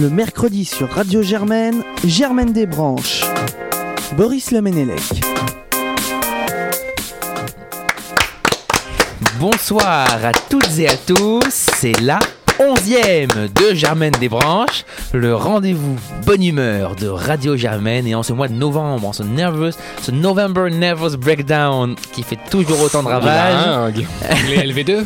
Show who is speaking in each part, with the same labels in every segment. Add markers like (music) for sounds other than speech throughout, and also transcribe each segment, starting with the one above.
Speaker 1: le mercredi sur Radio Germaine, Germaine des Branches, Boris Lemenelec.
Speaker 2: Bonsoir à toutes et à tous, c'est la onzième de Germaine des Branches, le rendez-vous bonne humeur de Radio Germaine et en ce mois de novembre, en ce nervous, ce November Nervous Breakdown qui fait toujours autant de ravages,
Speaker 3: Les LV2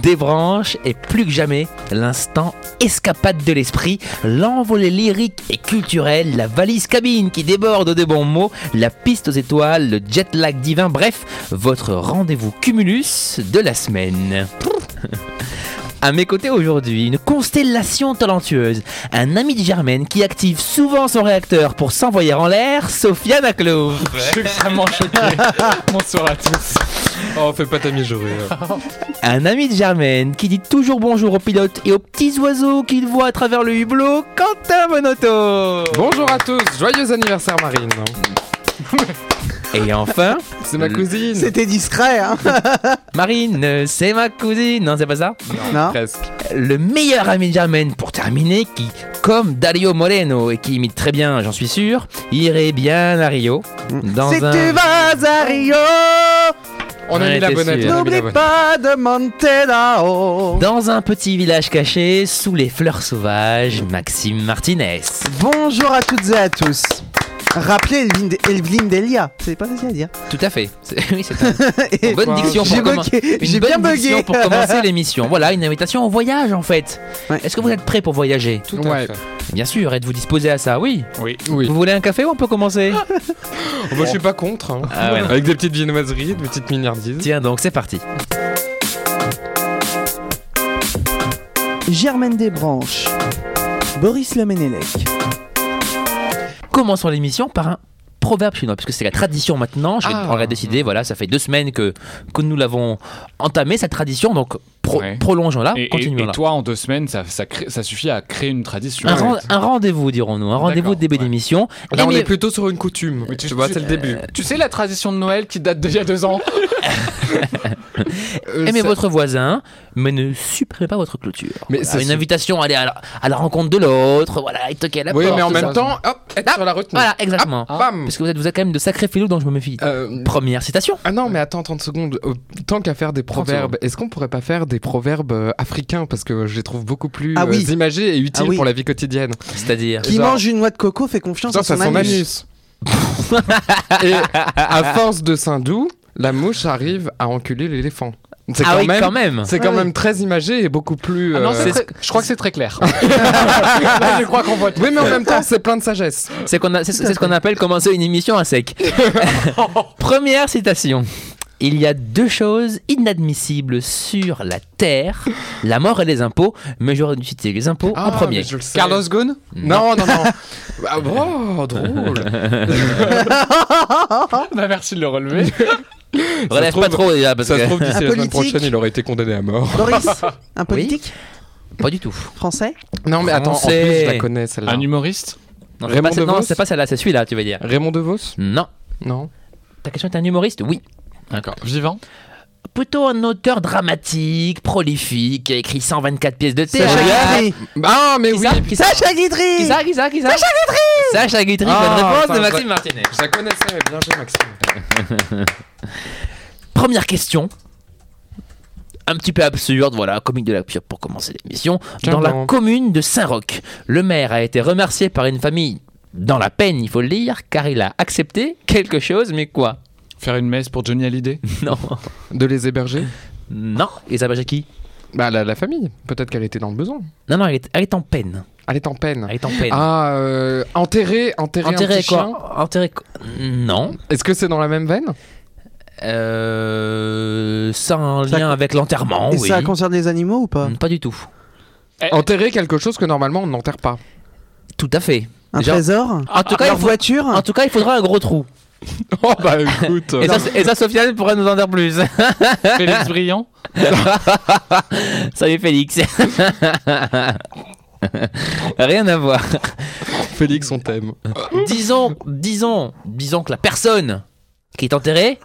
Speaker 2: des branches et plus que jamais l'instant escapade de l'esprit, l'envolée lyrique et culturelle, la valise cabine qui déborde des bons mots, la piste aux étoiles, le jet lag divin, bref, votre rendez-vous cumulus de la semaine. (laughs) À mes côtés aujourd'hui, une constellation talentueuse, un ami de Germaine qui active souvent son réacteur pour s'envoyer en l'air, Sofiane Aclo.
Speaker 3: Je suis extrêmement choqué. Bonsoir à tous. Oh, fais pas hein. ta mijaurée.
Speaker 2: Un ami de Germaine qui dit toujours bonjour aux pilotes et aux petits oiseaux qu'il voit à travers le hublot, Quentin Bonotto.
Speaker 3: (laughs) Bonjour à tous, joyeux anniversaire Marine.
Speaker 2: Et enfin,
Speaker 3: C'est ma cousine.
Speaker 1: C'était discret, hein
Speaker 2: Marine, euh, c'est ma cousine. Non, c'est pas ça.
Speaker 1: Non
Speaker 3: Presque.
Speaker 2: Le meilleur ami de Germaine pour terminer, qui, comme Dario Moreno et qui imite très bien, j'en suis sûr, irait bien à Rio. Dans
Speaker 1: Si
Speaker 2: un...
Speaker 1: tu vas à Rio,
Speaker 3: On a
Speaker 2: Ouais,
Speaker 3: mis la
Speaker 2: t'es
Speaker 3: bonnette.
Speaker 2: sûr.
Speaker 3: on a mis la
Speaker 1: n'oublie
Speaker 3: bonnette.
Speaker 1: pas de monter là-haut.
Speaker 2: Dans un petit village caché, sous les fleurs sauvages, Maxime Martinez.
Speaker 1: Bonjour à toutes et à tous. Rappelez Elvin, Elvin Delia, c'est pas facile à dire.
Speaker 2: Tout à fait. C'est- (laughs) Oui, c'est un-
Speaker 1: Et-
Speaker 2: bonne diction
Speaker 1: J'ai
Speaker 2: pour, commen-
Speaker 1: bugué,
Speaker 2: une
Speaker 1: j'ai
Speaker 2: bonne
Speaker 1: bien
Speaker 2: diction
Speaker 1: bugué. (laughs)
Speaker 2: pour commencer l'émission. Voilà, une invitation au voyage en fait.
Speaker 1: Ouais.
Speaker 2: Est-ce que vous êtes prêts pour voyager
Speaker 3: Tout à
Speaker 4: Ouais.
Speaker 3: fait.
Speaker 2: Bien sûr, êtes-vous disposé à ça Oui.
Speaker 3: Oui. oui.
Speaker 2: Vous voulez un café ou on peut commencer
Speaker 3: Oh, bah, je suis pas contre. hein.
Speaker 2: Ah ouais, non.
Speaker 3: Avec des petites viennoiseries, des petites mignardises.
Speaker 2: Tiens donc, c'est parti.
Speaker 1: Germaine Desbranches, Boris Lemenelec.
Speaker 2: Commençons l'émission par un proverbe chinois, puisque c'est la tradition maintenant. Je-
Speaker 3: Ah.
Speaker 2: On l'a décidé, voilà, ça fait deux semaines que, que nous l'avons entamé, cette tradition, donc pro-
Speaker 4: Ouais.
Speaker 2: prolongeons-la,
Speaker 4: Et, et- et
Speaker 2: continuons-la.
Speaker 4: toi, en deux semaines, ça, ça, crée- ça suffit à créer une tradition.
Speaker 2: Un, ren- un rendez-vous, dirons-nous, un rendez-vous de début
Speaker 4: ouais.
Speaker 2: d'émission.
Speaker 3: Là,
Speaker 2: Et
Speaker 3: on
Speaker 2: mais-
Speaker 3: est plutôt sur une coutume.
Speaker 4: Oui, tu-
Speaker 3: tu vois,
Speaker 4: tu-
Speaker 3: c'est le début.
Speaker 4: Tu sais la tradition de Noël qui date d'il y a deux ans
Speaker 3: Euh,
Speaker 2: Aimez
Speaker 3: ça-
Speaker 2: votre voisin, mais ne supprimez pas votre clôture.
Speaker 3: Mais
Speaker 2: Voilà,
Speaker 3: c'est-
Speaker 2: une invitation à aller à la, à la rencontre de l'autre, voilà, et toquer à la
Speaker 3: Oui,
Speaker 2: porte,
Speaker 3: mais en
Speaker 2: tout
Speaker 3: même
Speaker 2: ça.
Speaker 3: temps, Ah. hop, être
Speaker 2: Ah,
Speaker 3: sur la retenue.
Speaker 2: Voilà, exactement.
Speaker 3: Hop, bam.
Speaker 2: Parce que vous êtes, vous êtes quand même de sacrés filous dont je me méfie.
Speaker 3: Euh,
Speaker 2: Première citation.
Speaker 3: Ah non, mais attends 30 secondes. Euh, Tant qu'à faire des
Speaker 2: 30
Speaker 3: proverbes, est-ce qu'on pourrait pas faire des proverbes euh, africains Parce que je les trouve beaucoup plus
Speaker 1: Ah
Speaker 3: euh,
Speaker 1: oui.
Speaker 3: imagés et utiles
Speaker 1: Ah oui.
Speaker 3: pour la vie quotidienne.
Speaker 2: C'est-à-dire.
Speaker 1: Qui
Speaker 4: Eh ben,
Speaker 3: Genre-
Speaker 1: mange une noix de coco fait confiance
Speaker 3: Putain,
Speaker 1: à son,
Speaker 3: ça sent
Speaker 1: anus.
Speaker 3: anus. et à force de Saint-Doux, la mouche arrive à enculer l'éléphant. C'est
Speaker 2: Ah
Speaker 3: quand,
Speaker 2: oui,
Speaker 3: même,
Speaker 2: quand même.
Speaker 3: C'est quand
Speaker 1: Ouais.
Speaker 3: même très imagé et beaucoup plus.
Speaker 4: Ah non, c'est
Speaker 3: euh, (laughs) Ah,
Speaker 4: très- Je crois que c'est très (laughs) clair. Là, (laughs) je crois qu'on voit.
Speaker 3: Oui, mais en même temps, c'est plein de sagesse.
Speaker 2: C'est qu'on a- c'est- c'est ce qu'on appelle commencer une émission à
Speaker 3: (laughs)
Speaker 2: sec. Première citation. Il y a deux choses inadmissibles sur la terre, la mort et les impôts, mais j'aurais dû citer les impôts en
Speaker 3: Ah, mais
Speaker 2: premier.
Speaker 3: je le sais.
Speaker 4: Carlos Ghosn
Speaker 3: Non, non, non. Ah, oh,
Speaker 2: (laughs)
Speaker 3: drôle.
Speaker 4: Bah, Merci de le (laughs) relever.
Speaker 2: Relève
Speaker 3: trouve-
Speaker 2: pas trop déjà, parce
Speaker 3: Ça se
Speaker 2: que...
Speaker 3: trouve, d'ici
Speaker 1: Un
Speaker 3: la semaine
Speaker 1: politique.
Speaker 3: prochaine, il aurait été condamné à mort.
Speaker 4: (laughs)
Speaker 1: Boris, un politique
Speaker 2: Pas du tout.
Speaker 1: français
Speaker 3: Non, mais attends, en plus,
Speaker 2: Français.
Speaker 3: je la connais celle-là.
Speaker 4: Un hum- humoriste
Speaker 2: Non, c'est
Speaker 3: Raymond
Speaker 2: pas, ce- non,
Speaker 3: DeVos
Speaker 2: c'est pas celle-là, c'est celui-là, tu veux dire.
Speaker 3: Raymond DeVos
Speaker 2: Non.
Speaker 3: Non.
Speaker 2: Ta question est un humoriste Oui.
Speaker 4: D'accord. Vivant
Speaker 2: Plutôt un auteur dramatique, prolifique, qui a écrit 124 pièces de théâtre.
Speaker 1: Sacha Guitry
Speaker 3: Ah, mais
Speaker 2: Qui
Speaker 3: oui
Speaker 2: ça Qui ça
Speaker 1: Sacha
Speaker 2: Qui
Speaker 1: Guitry
Speaker 2: ça Qui ça Qui ça Sacha Guitry Sacha Guitry,
Speaker 3: Ah,
Speaker 2: bonne réponse
Speaker 3: enfin,
Speaker 2: de Maxime Martinez.
Speaker 3: Je la connaissais, bien joué Maxime.
Speaker 2: Première question. Un petit peu absurde, voilà, comique de la pure pour commencer l'émission.
Speaker 3: Tiens
Speaker 2: Dans la
Speaker 3: donc.
Speaker 2: commune de Saint-Roch, le maire a été remercié par une famille dans la peine, il faut le dire, car il a accepté quelque chose, mais quoi (laughs)
Speaker 4: Faire une messe pour Johnny Hallyday
Speaker 2: Non,
Speaker 3: De les héberger
Speaker 2: non, ils appellent qui
Speaker 3: Bah la, la famille, peut-être qu'elle était dans le besoin.
Speaker 2: Non, non, elle est, elle est en peine.
Speaker 3: Elle est en peine.
Speaker 2: Elle est en peine.
Speaker 3: Ah, euh, enterrer, enterrer, un
Speaker 2: Enterré
Speaker 3: petit chien.
Speaker 2: quoi Enterré quoi Non.
Speaker 3: Est-ce que c'est dans la même veine
Speaker 2: Euh, sans
Speaker 1: Ça-
Speaker 2: lien avec l'enterrement,
Speaker 1: Et
Speaker 2: oui.
Speaker 1: ça concerne les animaux ou pas
Speaker 2: Mm, Pas du tout.
Speaker 4: (laughs) Eh,
Speaker 3: Enterrer quelque chose que normalement on n'enterre pas.
Speaker 2: Tout à fait.
Speaker 1: Un
Speaker 2: Déjà-
Speaker 1: trésor
Speaker 4: Ah,
Speaker 2: En tout, cas,
Speaker 1: Leur
Speaker 2: il faut-
Speaker 1: voiture
Speaker 2: en tout cas, il faudra un gros trou.
Speaker 3: oh bah (laughs) écoute.
Speaker 2: Et ça, et ça, Sofiane pourrait nous en dire plus.
Speaker 4: Félix Brillant
Speaker 2: (laughs) Salut Félix. (laughs) Rien à (laughs) voir.
Speaker 3: Félix, on t'aime.
Speaker 2: Disons, disons, disons que la personne qui est enterrée,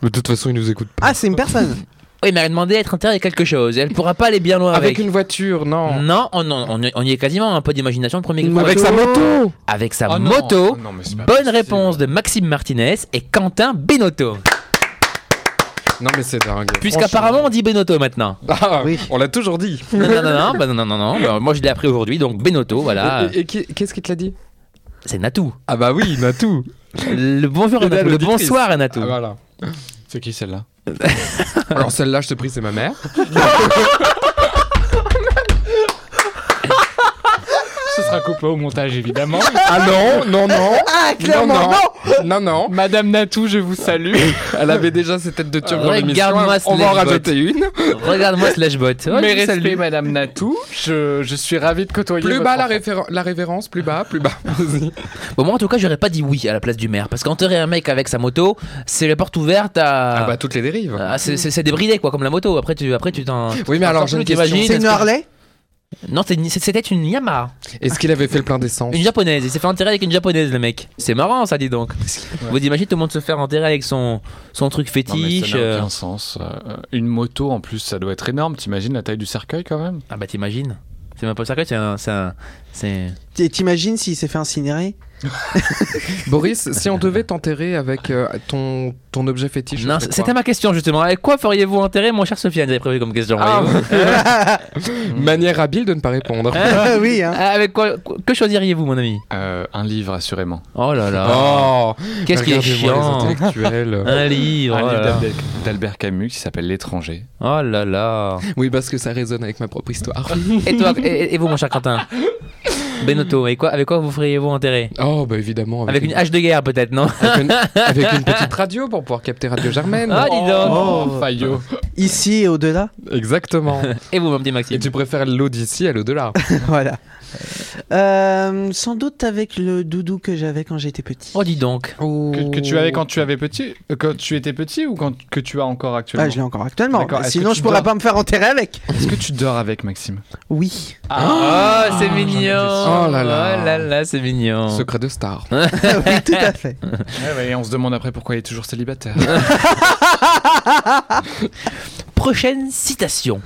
Speaker 3: Mais de toute façon, il nous écoute
Speaker 2: Ah,
Speaker 3: pas.
Speaker 2: (laughs)
Speaker 1: Ah, c'est une personne
Speaker 2: Oui, mais elle a demandé à être enterrée avec quelque chose. Elle pourra pas Mm. aller bien loin avec.
Speaker 3: Avec une voiture, non.
Speaker 2: Non, on, on- on y- on y est quasiment. Un peu d'imagination, le premier coup.
Speaker 3: Avec sa moto
Speaker 2: Avec sa
Speaker 4: Oh non,
Speaker 2: moto.
Speaker 4: oh non, mais c'est pas
Speaker 2: Bonne
Speaker 4: possible.
Speaker 2: réponse de Maxime Martinez et Quentin Benotto.
Speaker 3: Non, mais c'est dingue.
Speaker 2: Puisqu'apparemment on dit Benotto maintenant.
Speaker 3: Ah,
Speaker 1: Oui.
Speaker 3: On l'a toujours dit.
Speaker 2: (laughs) Non, non, non, non, bah, non, non, non, non. Bah, moi je l'ai appris aujourd'hui, donc Benotto, voilà.
Speaker 3: Et, et qui- qu'est-ce qui te l'a dit
Speaker 2: C'est Natou.
Speaker 3: Ah bah oui, Natou.
Speaker 2: Le bonjour à
Speaker 3: Et la
Speaker 2: Natou, le
Speaker 3: l'auditrice.
Speaker 2: bonsoir à Natou.
Speaker 3: (laughs) Ah, voilà.
Speaker 4: C'est qui celle-là
Speaker 3: Alors celle-là, je te prie, c'est ma mère.
Speaker 4: Ce sera coupé au montage (laughs) évidemment.
Speaker 3: (laughs) Ah non,
Speaker 2: (laughs)
Speaker 3: non, non.
Speaker 1: Ah,
Speaker 3: non, non. Non, non.
Speaker 4: Madame Natou, je vous salue.
Speaker 3: Elle avait déjà ses têtes de turc dans l'émission.
Speaker 2: Regarde-moi ce
Speaker 3: On va en
Speaker 2: lèche-botte.
Speaker 3: rajouter une.
Speaker 2: Regarde-moi ce lashbot. Oh,
Speaker 4: Mes
Speaker 2: je salue.
Speaker 4: respects, Madame Natou. Je, je suis ravi de côtoyer.
Speaker 3: Plus
Speaker 4: votre
Speaker 3: bas la,
Speaker 4: enfant.
Speaker 3: référen- la révérence, plus bas, plus bas. Vas-y.
Speaker 2: Bon, moi en tout cas, j'aurais pas dit oui à la place du maire. Parce qu'enterrer un mec avec sa moto, c'est la porte ouverte à.
Speaker 3: Ah bah toutes les dérives.
Speaker 2: Ah, c'est- c'est c'est débridé quoi, comme la moto. Après, tu après, tu t'en.
Speaker 3: oui, mais alors j'ai une
Speaker 2: Attends,
Speaker 3: question.
Speaker 2: t'imagines
Speaker 1: C'est une Harley
Speaker 2: Non, c'est une- c'était une Yamaha.
Speaker 3: Est-ce qu'il avait fait le plein d'essence
Speaker 2: Une japonaise, il s'est fait enterrer avec une japonaise le mec. C'est marrant ça dis donc. Vous imaginez tout le monde se faire enterrer avec son, son truc
Speaker 4: Non, mais
Speaker 2: fétiche.
Speaker 4: ça n'a
Speaker 2: euh,
Speaker 4: aucun sens. Euh, une moto en plus, ça doit être énorme. T'imagines la taille du cercueil quand même
Speaker 2: Ah bah t'imagines. C'est même pas ça que c'est un... C'est un- c'est-
Speaker 1: T- T'imagines s'il s'est fait incinérer
Speaker 3: Boris, si on devait t'enterrer avec euh, ton, ton objet fétiche,
Speaker 2: Non,
Speaker 3: ce serait
Speaker 2: c'était
Speaker 3: quoi
Speaker 2: ma question justement. Avec quoi feriez-vous enterrer mon cher Sofiane J'avais prévu comme question.
Speaker 3: Ah,
Speaker 2: voyez-vous.
Speaker 3: (laughs) manière habile de ne pas répondre.
Speaker 1: Ah oui, hein.
Speaker 2: Ah, Avec quoi Que choisiriez-vous mon ami
Speaker 4: Euh, Un livre assurément.
Speaker 2: Oh là là.
Speaker 3: Oh,
Speaker 2: Qu'est-ce qui est
Speaker 3: regardez-moi
Speaker 2: chiant
Speaker 3: les intellectuels.
Speaker 2: Un livre.
Speaker 4: un
Speaker 2: oh, là là.
Speaker 4: livre d'Albert- d'Albert Camus qui s'appelle L'étranger.
Speaker 2: Oh là là.
Speaker 3: oui, parce que ça résonne avec ma propre histoire.
Speaker 2: Et toi et, et vous mon cher Quentin Benotto, avec quoi, avec quoi vous feriez-vous enterrer
Speaker 3: Oh, bah évidemment.
Speaker 2: Ah. Avec
Speaker 3: Avec,
Speaker 2: une hache de guerre peut-être, non
Speaker 3: avec une, avec
Speaker 2: (laughs)
Speaker 3: une petite radio pour pouvoir capter Radio Germaine.
Speaker 2: Ah, dis donc.
Speaker 4: Oh, Fayot.
Speaker 1: (laughs) Ici et au-delà. (laughs)
Speaker 2: (laughs)
Speaker 3: Exactement.
Speaker 2: Et vous, mon petit
Speaker 3: Et
Speaker 2: Maxime
Speaker 3: tu préfères l'eau d'ici à l'eau de là.
Speaker 1: voilà. Euh, sans doute avec le doudou que j'avais quand j'étais petit.
Speaker 2: Oh, dis donc.
Speaker 4: Que, que tu avais quand tu avais petit, euh, quand tu étais petit ou quand que tu as encore actuellement.
Speaker 1: Ah, je l'ai encore actuellement.
Speaker 4: D'accord, est-ce
Speaker 1: Sinon,
Speaker 4: que tu
Speaker 1: je pourrais
Speaker 4: dors
Speaker 1: pas me faire enterrer avec.
Speaker 4: Est-ce que tu dors avec Maxime
Speaker 1: Oui.
Speaker 2: Oh, c'est mignon.
Speaker 3: Oh là là.
Speaker 2: Oh là là, c'est mignon.
Speaker 3: Secret de star.
Speaker 1: (laughs)
Speaker 2: Hein
Speaker 1: oui, tout
Speaker 2: (laughs)
Speaker 1: à fait.
Speaker 4: Ouais, ouais, et on se demande (laughs) après pourquoi il est
Speaker 3: (laughs)
Speaker 4: toujours célibataire.
Speaker 2: Prochaine citation.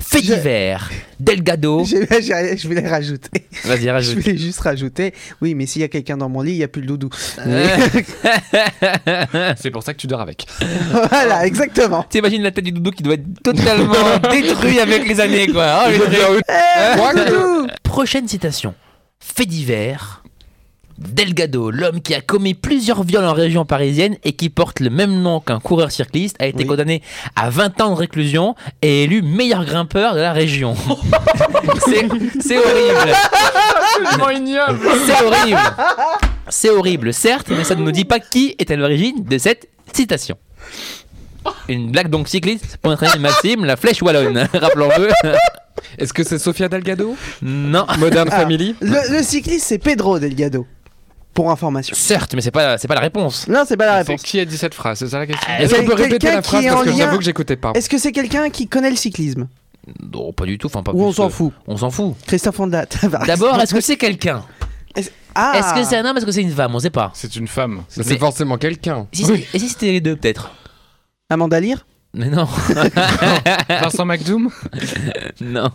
Speaker 2: Fait
Speaker 1: Je-
Speaker 2: divers. Delgado.
Speaker 1: Je, je- je voulais rajouter.
Speaker 2: Vas-y,
Speaker 1: Je
Speaker 2: rajoute.
Speaker 1: voulais juste rajouter. Oui, mais s'il y a quelqu'un dans mon lit, il n'y a plus le doudou.
Speaker 2: Euh.
Speaker 4: c'est pour ça que tu dors avec.
Speaker 1: (laughs) voilà,
Speaker 2: (laughs)
Speaker 1: exactement.
Speaker 2: (laughs) T'imagines la tête du doudou qui doit être (laughs) totalement détruite avec les années, quoi. Oh, les trucs.
Speaker 3: Quoi que-
Speaker 2: Prochaine citation. Fait divers. Delgado, l'homme qui a commis plusieurs viols en région parisienne et qui porte le même nom qu'un coureur cycliste, a été
Speaker 1: Oui.
Speaker 2: condamné à 20 ans de réclusion et élu meilleur grimpeur de la région. c'est c'est horrible.
Speaker 4: Absolument ignoble.
Speaker 2: C'est horrible. C'est horrible, certes, mais ça ne nous dit pas qui est à l'origine de cette citation. Une blague donc cycliste pour entraîner Maxime, la flèche wallonne, rappelons-le.
Speaker 3: Est-ce que c'est Sofia Delgado
Speaker 2: Non.
Speaker 1: Ah,
Speaker 3: Modern Family
Speaker 1: Le, le cycliste, c'est Pedro Delgado. Pour information.
Speaker 2: Certes, mais c'est pas, c'est pas la réponse.
Speaker 1: Non, c'est pas la réponse.
Speaker 4: Qui a dit cette phrase C'est ça la question.
Speaker 3: Est-ce
Speaker 1: C'est
Speaker 3: qu'on peut répéter
Speaker 1: quelqu'un
Speaker 3: la
Speaker 1: qui
Speaker 3: phrase
Speaker 1: est en
Speaker 3: parce que
Speaker 1: lien-
Speaker 3: j'avoue que j'écoutais pas.
Speaker 1: Est-ce que c'est quelqu'un qui connaît le cyclisme
Speaker 2: Non, pas du tout. Enfin, pas
Speaker 1: Ou on
Speaker 2: plus, euh,
Speaker 1: s'en fout
Speaker 2: On s'en fout.
Speaker 1: Christophe (laughs) Ondat.
Speaker 2: D'abord, est-ce que c'est quelqu'un
Speaker 1: Ah.
Speaker 2: Est-ce que c'est un homme Est-ce que c'est une femme On sait pas.
Speaker 4: C'est une femme.
Speaker 3: C'est
Speaker 2: Mais-
Speaker 3: forcément quelqu'un.
Speaker 2: Si c'est- Et si c'était les deux, peut-être
Speaker 1: Amanda Lear (laughs)
Speaker 2: Mais non.
Speaker 4: Vincent McDoom
Speaker 2: non.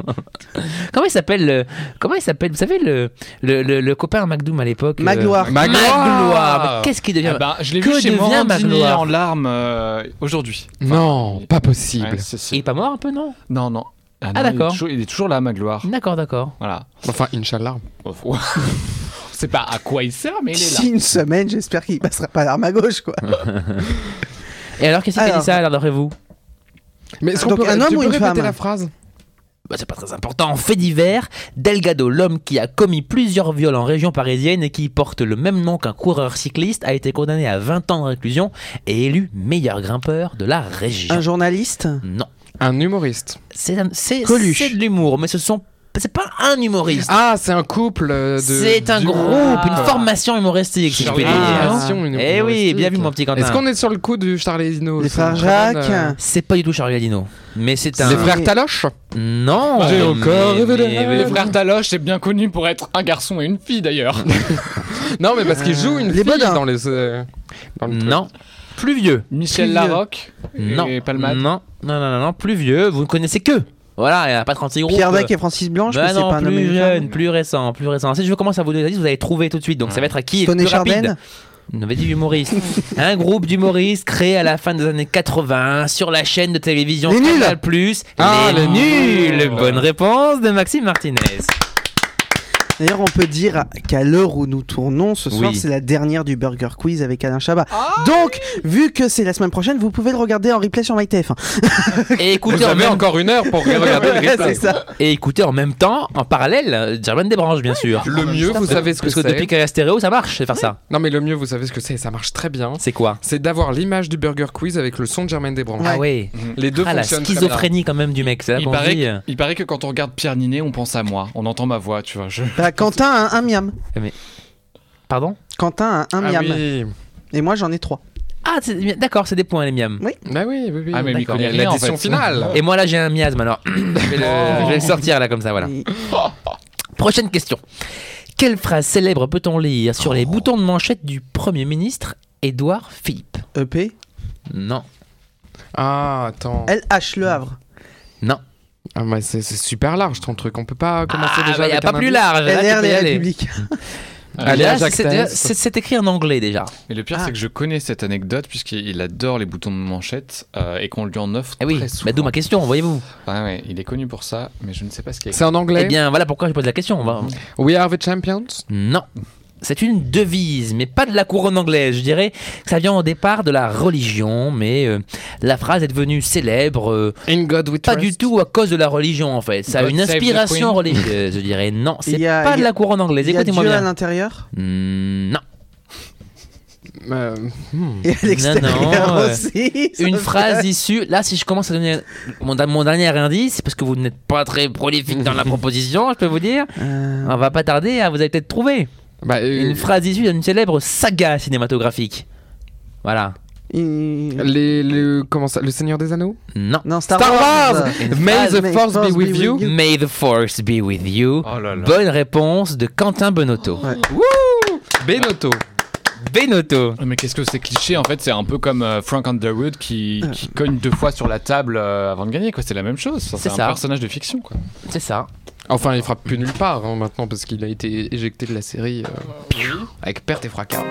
Speaker 2: Comment il s'appelle le- Comment il s'appelle Vous savez, le, le, le, le copain à McDoom à l'époque euh,
Speaker 1: Magloire.
Speaker 3: Magloire.
Speaker 2: Magloire. Mais Qu'est-ce qu'il devient
Speaker 4: Ah bah, Je l'ai
Speaker 2: Que
Speaker 4: vu chez
Speaker 2: devient
Speaker 4: Morandini
Speaker 2: Magloire
Speaker 4: en larmes euh, aujourd'hui.
Speaker 3: Non, pas possible.
Speaker 4: Ouais, c'est- c'est-
Speaker 2: Il est pas mort un peu, non
Speaker 4: Non, non. Ah, non, il est
Speaker 2: d'accord.
Speaker 4: toujours- Il est toujours là, Magloire.
Speaker 2: D'accord, d'accord.
Speaker 4: Voilà.
Speaker 3: Enfin, Inch'Allah.
Speaker 4: On (laughs) sait pas à quoi il sert, mais il est là.
Speaker 1: Si une semaine, j'espère qu'il passera pas l'arme à gauche, quoi.
Speaker 2: Et alors, qu'est-ce qui a
Speaker 1: Alors.
Speaker 2: dit ça, alors, d'après vous
Speaker 3: Mais est-ce
Speaker 1: Ah,
Speaker 3: qu'on
Speaker 1: donc
Speaker 3: peut,
Speaker 1: un homme
Speaker 3: tu
Speaker 1: ou
Speaker 3: peux
Speaker 1: une
Speaker 3: répéter
Speaker 1: femme
Speaker 3: la phrase
Speaker 2: Bah, c'est pas très important. Fait divers, Delgado, l'homme qui a commis plusieurs viols en région parisienne et qui porte le même nom qu'un coureur cycliste, a été condamné à 20 ans de réclusion et élu meilleur grimpeur de la région.
Speaker 1: Un journaliste
Speaker 2: Non,
Speaker 3: Un humoriste.
Speaker 2: c'est un- c'est
Speaker 1: Coluche.
Speaker 2: c'est de l'humour, mais ce sont c'est pas un humoriste.
Speaker 3: Ah, c'est un couple euh, de. Ah,
Speaker 2: c'est un
Speaker 3: du-
Speaker 2: groupe, une
Speaker 4: Ah.
Speaker 2: formation humoristique, si je puis
Speaker 3: Charlie
Speaker 2: dire.
Speaker 3: Dino.
Speaker 2: Eh oui, bien vu mon petit
Speaker 3: Est-ce
Speaker 2: Quentin.
Speaker 3: qu'on est sur le coup du Charlie Dino
Speaker 1: Les
Speaker 3: C'est une
Speaker 1: frères
Speaker 3: très bonne,
Speaker 1: Jacques
Speaker 3: euh,
Speaker 2: C'est pas du tout Charlie Adino, mais c'est un.
Speaker 3: Les frères Taloche
Speaker 2: Non.
Speaker 4: J'ai
Speaker 2: mais-
Speaker 3: encore rêvé de
Speaker 2: mais-
Speaker 4: Les
Speaker 3: rêve.
Speaker 4: frères Taloche, c'est bien connu pour être un garçon et une fille d'ailleurs.
Speaker 3: Non, mais parce qu'ils jouent une
Speaker 1: Les
Speaker 3: fille
Speaker 1: Bodins.
Speaker 3: dans les. euh, dans le truc.
Speaker 2: Non. Plus vieux.
Speaker 4: Michel
Speaker 3: Plus
Speaker 4: Larocque et
Speaker 2: Non.
Speaker 4: Palmade.
Speaker 2: Non, non, non, non, non, plus vieux. Vous ne connaissez que. Voilà, il n'y en a pas 36 groupes.
Speaker 1: Pierre Dac et Francis Blanche,
Speaker 2: Bah
Speaker 1: mais c'est
Speaker 2: non,
Speaker 1: pas un homme et
Speaker 2: plus
Speaker 1: une
Speaker 2: jeune, plus récent, plus récent. Si je commence à vous donner des indices, vous allez trouver tout de suite. Donc ça va être à qui est le
Speaker 1: Tony
Speaker 2: plus rapide.
Speaker 1: Chardin
Speaker 2: Une nouvelle vie
Speaker 1: (laughs)
Speaker 2: d'humoriste. un groupe d'humoristes créé à la fin des années 80 sur la chaîne de télévision
Speaker 1: Les Nuls
Speaker 2: Canal+. Plus.
Speaker 3: Ah,
Speaker 2: les
Speaker 3: les
Speaker 2: nuls.
Speaker 3: Nuls.
Speaker 2: Bonne réponse de
Speaker 1: (laughs)
Speaker 2: Maxime Martinez.
Speaker 1: D'ailleurs, on peut dire qu'à l'heure où nous tournons ce soir,
Speaker 2: Oui.
Speaker 1: c'est la dernière du Burger Quiz avec Alain Chabat. Donc, vu que c'est la semaine prochaine, vous pouvez le regarder en replay sur hein. MyTF1.
Speaker 2: Et
Speaker 3: Vous
Speaker 2: écoutez, en
Speaker 3: avez
Speaker 2: même,
Speaker 3: encore une heure pour regarder le
Speaker 1: Ouais, (laughs) c'est
Speaker 3: replay.
Speaker 1: ça.
Speaker 2: et écoutez en même temps, en parallèle, euh, Germaine Desbranches, bien sûr.
Speaker 3: Le mieux, vous savez ce que
Speaker 2: Parce que depuis
Speaker 3: c'est.
Speaker 2: qu'il y a la stéréo, ça marche de faire ça.
Speaker 3: Non, mais le mieux, vous savez ce que c'est. Ça marche très bien.
Speaker 2: C'est quoi
Speaker 3: C'est d'avoir l'image du Burger Quiz avec le son de Germaine Desbranches.
Speaker 2: Ah ouais.
Speaker 3: Les deux
Speaker 2: Ah la
Speaker 3: fonctionnent très bien.
Speaker 2: schizophrénie quand même du mec, c'est ça
Speaker 4: Il
Speaker 2: qu'on
Speaker 4: paraît,
Speaker 2: dit.
Speaker 4: que, il paraît que quand on regarde Pierre Ninet, on pense à moi. On entend ma voix, tu vois. Je...
Speaker 1: Bah, Quentin a un, un miam.
Speaker 2: Pardon
Speaker 1: Quentin a un
Speaker 3: Ah
Speaker 1: miam.
Speaker 3: oui.
Speaker 1: Et moi, j'en ai trois.
Speaker 2: Ah c'est- d'accord, c'est des points les miams.
Speaker 3: Bah oui, oui, oui.
Speaker 4: Ah, mais lui
Speaker 2: D'accord.
Speaker 4: connaît rien, en
Speaker 3: L'addition
Speaker 4: fait.
Speaker 3: finale.
Speaker 2: (laughs) Et moi là j'ai un miasme alors. je,
Speaker 4: (laughs)
Speaker 2: vais le,
Speaker 4: Ah
Speaker 2: je vais le sortir là comme ça voilà.
Speaker 1: Et-
Speaker 2: Prochaine question. Quelle phrase célèbre peut-on lire sur les boutons de manchette du Premier ministre Édouard Philippe
Speaker 1: EP,
Speaker 2: Non.
Speaker 3: Ah, attends.
Speaker 1: LH Le Havre.
Speaker 2: Non.
Speaker 3: Ah, mais c'est c'est super large ton truc. On peut pas commencer
Speaker 2: Ah,
Speaker 3: déjà.
Speaker 2: bah, y a
Speaker 3: avec
Speaker 2: pas
Speaker 3: un
Speaker 2: plus
Speaker 3: indice
Speaker 2: large. là,
Speaker 1: LR
Speaker 2: tu peux y
Speaker 1: Les
Speaker 2: aller.
Speaker 1: Républiques.
Speaker 3: Allez,
Speaker 2: Là,
Speaker 3: à Jacques
Speaker 2: c'est déjà-
Speaker 3: Test.
Speaker 2: c'est c'est écrit en anglais déjà.
Speaker 4: Mais le pire,
Speaker 1: Ah.
Speaker 4: c'est que je connais cette anecdote puisqu'il adore les boutons de manchette euh, et qu'on lui en offre
Speaker 2: Eh oui,
Speaker 4: très souvent.
Speaker 2: bah, d'où ma question, voyez-vous.
Speaker 4: Ah ouais, il est connu pour ça, mais je ne sais pas ce qu'il y a.
Speaker 3: C'est en anglais.
Speaker 2: Eh bien, voilà pourquoi je pose la question. on va-
Speaker 3: We are the champions.
Speaker 2: Non. C'est une devise, mais pas de la couronne anglaise. Je dirais que ça vient au départ de la religion, mais euh, la phrase est devenue célèbre euh,
Speaker 3: In God we
Speaker 2: Pas
Speaker 3: trust.
Speaker 2: du tout à cause de la religion en fait. Ça a
Speaker 4: God
Speaker 2: une
Speaker 4: save the
Speaker 2: inspiration
Speaker 4: queen.
Speaker 2: religieuse, je dirais. Non,
Speaker 1: (laughs)
Speaker 2: c'est
Speaker 1: Il y a- il
Speaker 2: pas de
Speaker 1: y a-
Speaker 2: la couronne anglaise.
Speaker 1: Il y a Dieu hein.
Speaker 2: Écoutez-moi
Speaker 1: à
Speaker 2: bien.
Speaker 1: l'intérieur
Speaker 2: Mm, non.
Speaker 3: Euh, hmm.
Speaker 1: et à l'extérieur
Speaker 2: non, euh,
Speaker 1: aussi. ça
Speaker 2: Une
Speaker 1: fait-
Speaker 2: phrase issue. Là, si je commence à donner mon, mon dernier indice, parce que vous n'êtes pas très
Speaker 1: (laughs)
Speaker 2: prolifique dans la proposition, je peux vous dire,
Speaker 1: Euh,
Speaker 2: on va pas tarder. à vous allez peut-être trouver
Speaker 3: Bah, euh,
Speaker 2: une phrase issue d'une célèbre saga cinématographique. Voilà.
Speaker 1: une-
Speaker 3: les, le, comment ça, le Seigneur des Anneaux
Speaker 2: Non.
Speaker 1: Non, Star,
Speaker 3: Star Wars.
Speaker 2: Une
Speaker 3: May
Speaker 2: phrase-
Speaker 3: the Force be with you.
Speaker 2: May the force be with you.
Speaker 4: Oh là là.
Speaker 2: Bonne réponse de Quentin Benotto.
Speaker 1: Ouais.
Speaker 3: Benotto.
Speaker 2: Benotto.
Speaker 4: Mais qu'est-ce que c'est cliché en fait C'est un peu comme euh, Frank Underwood qui, qui cogne deux fois sur la table euh, avant de gagner quoi. C'est la même chose.
Speaker 2: C'est
Speaker 4: C'est un
Speaker 2: ça.
Speaker 4: personnage de fiction quoi.
Speaker 2: C'est ça.
Speaker 3: Enfin, il frappe plus nulle part hein, maintenant parce qu'il a été éjecté de la série euh, avec perte et fracas.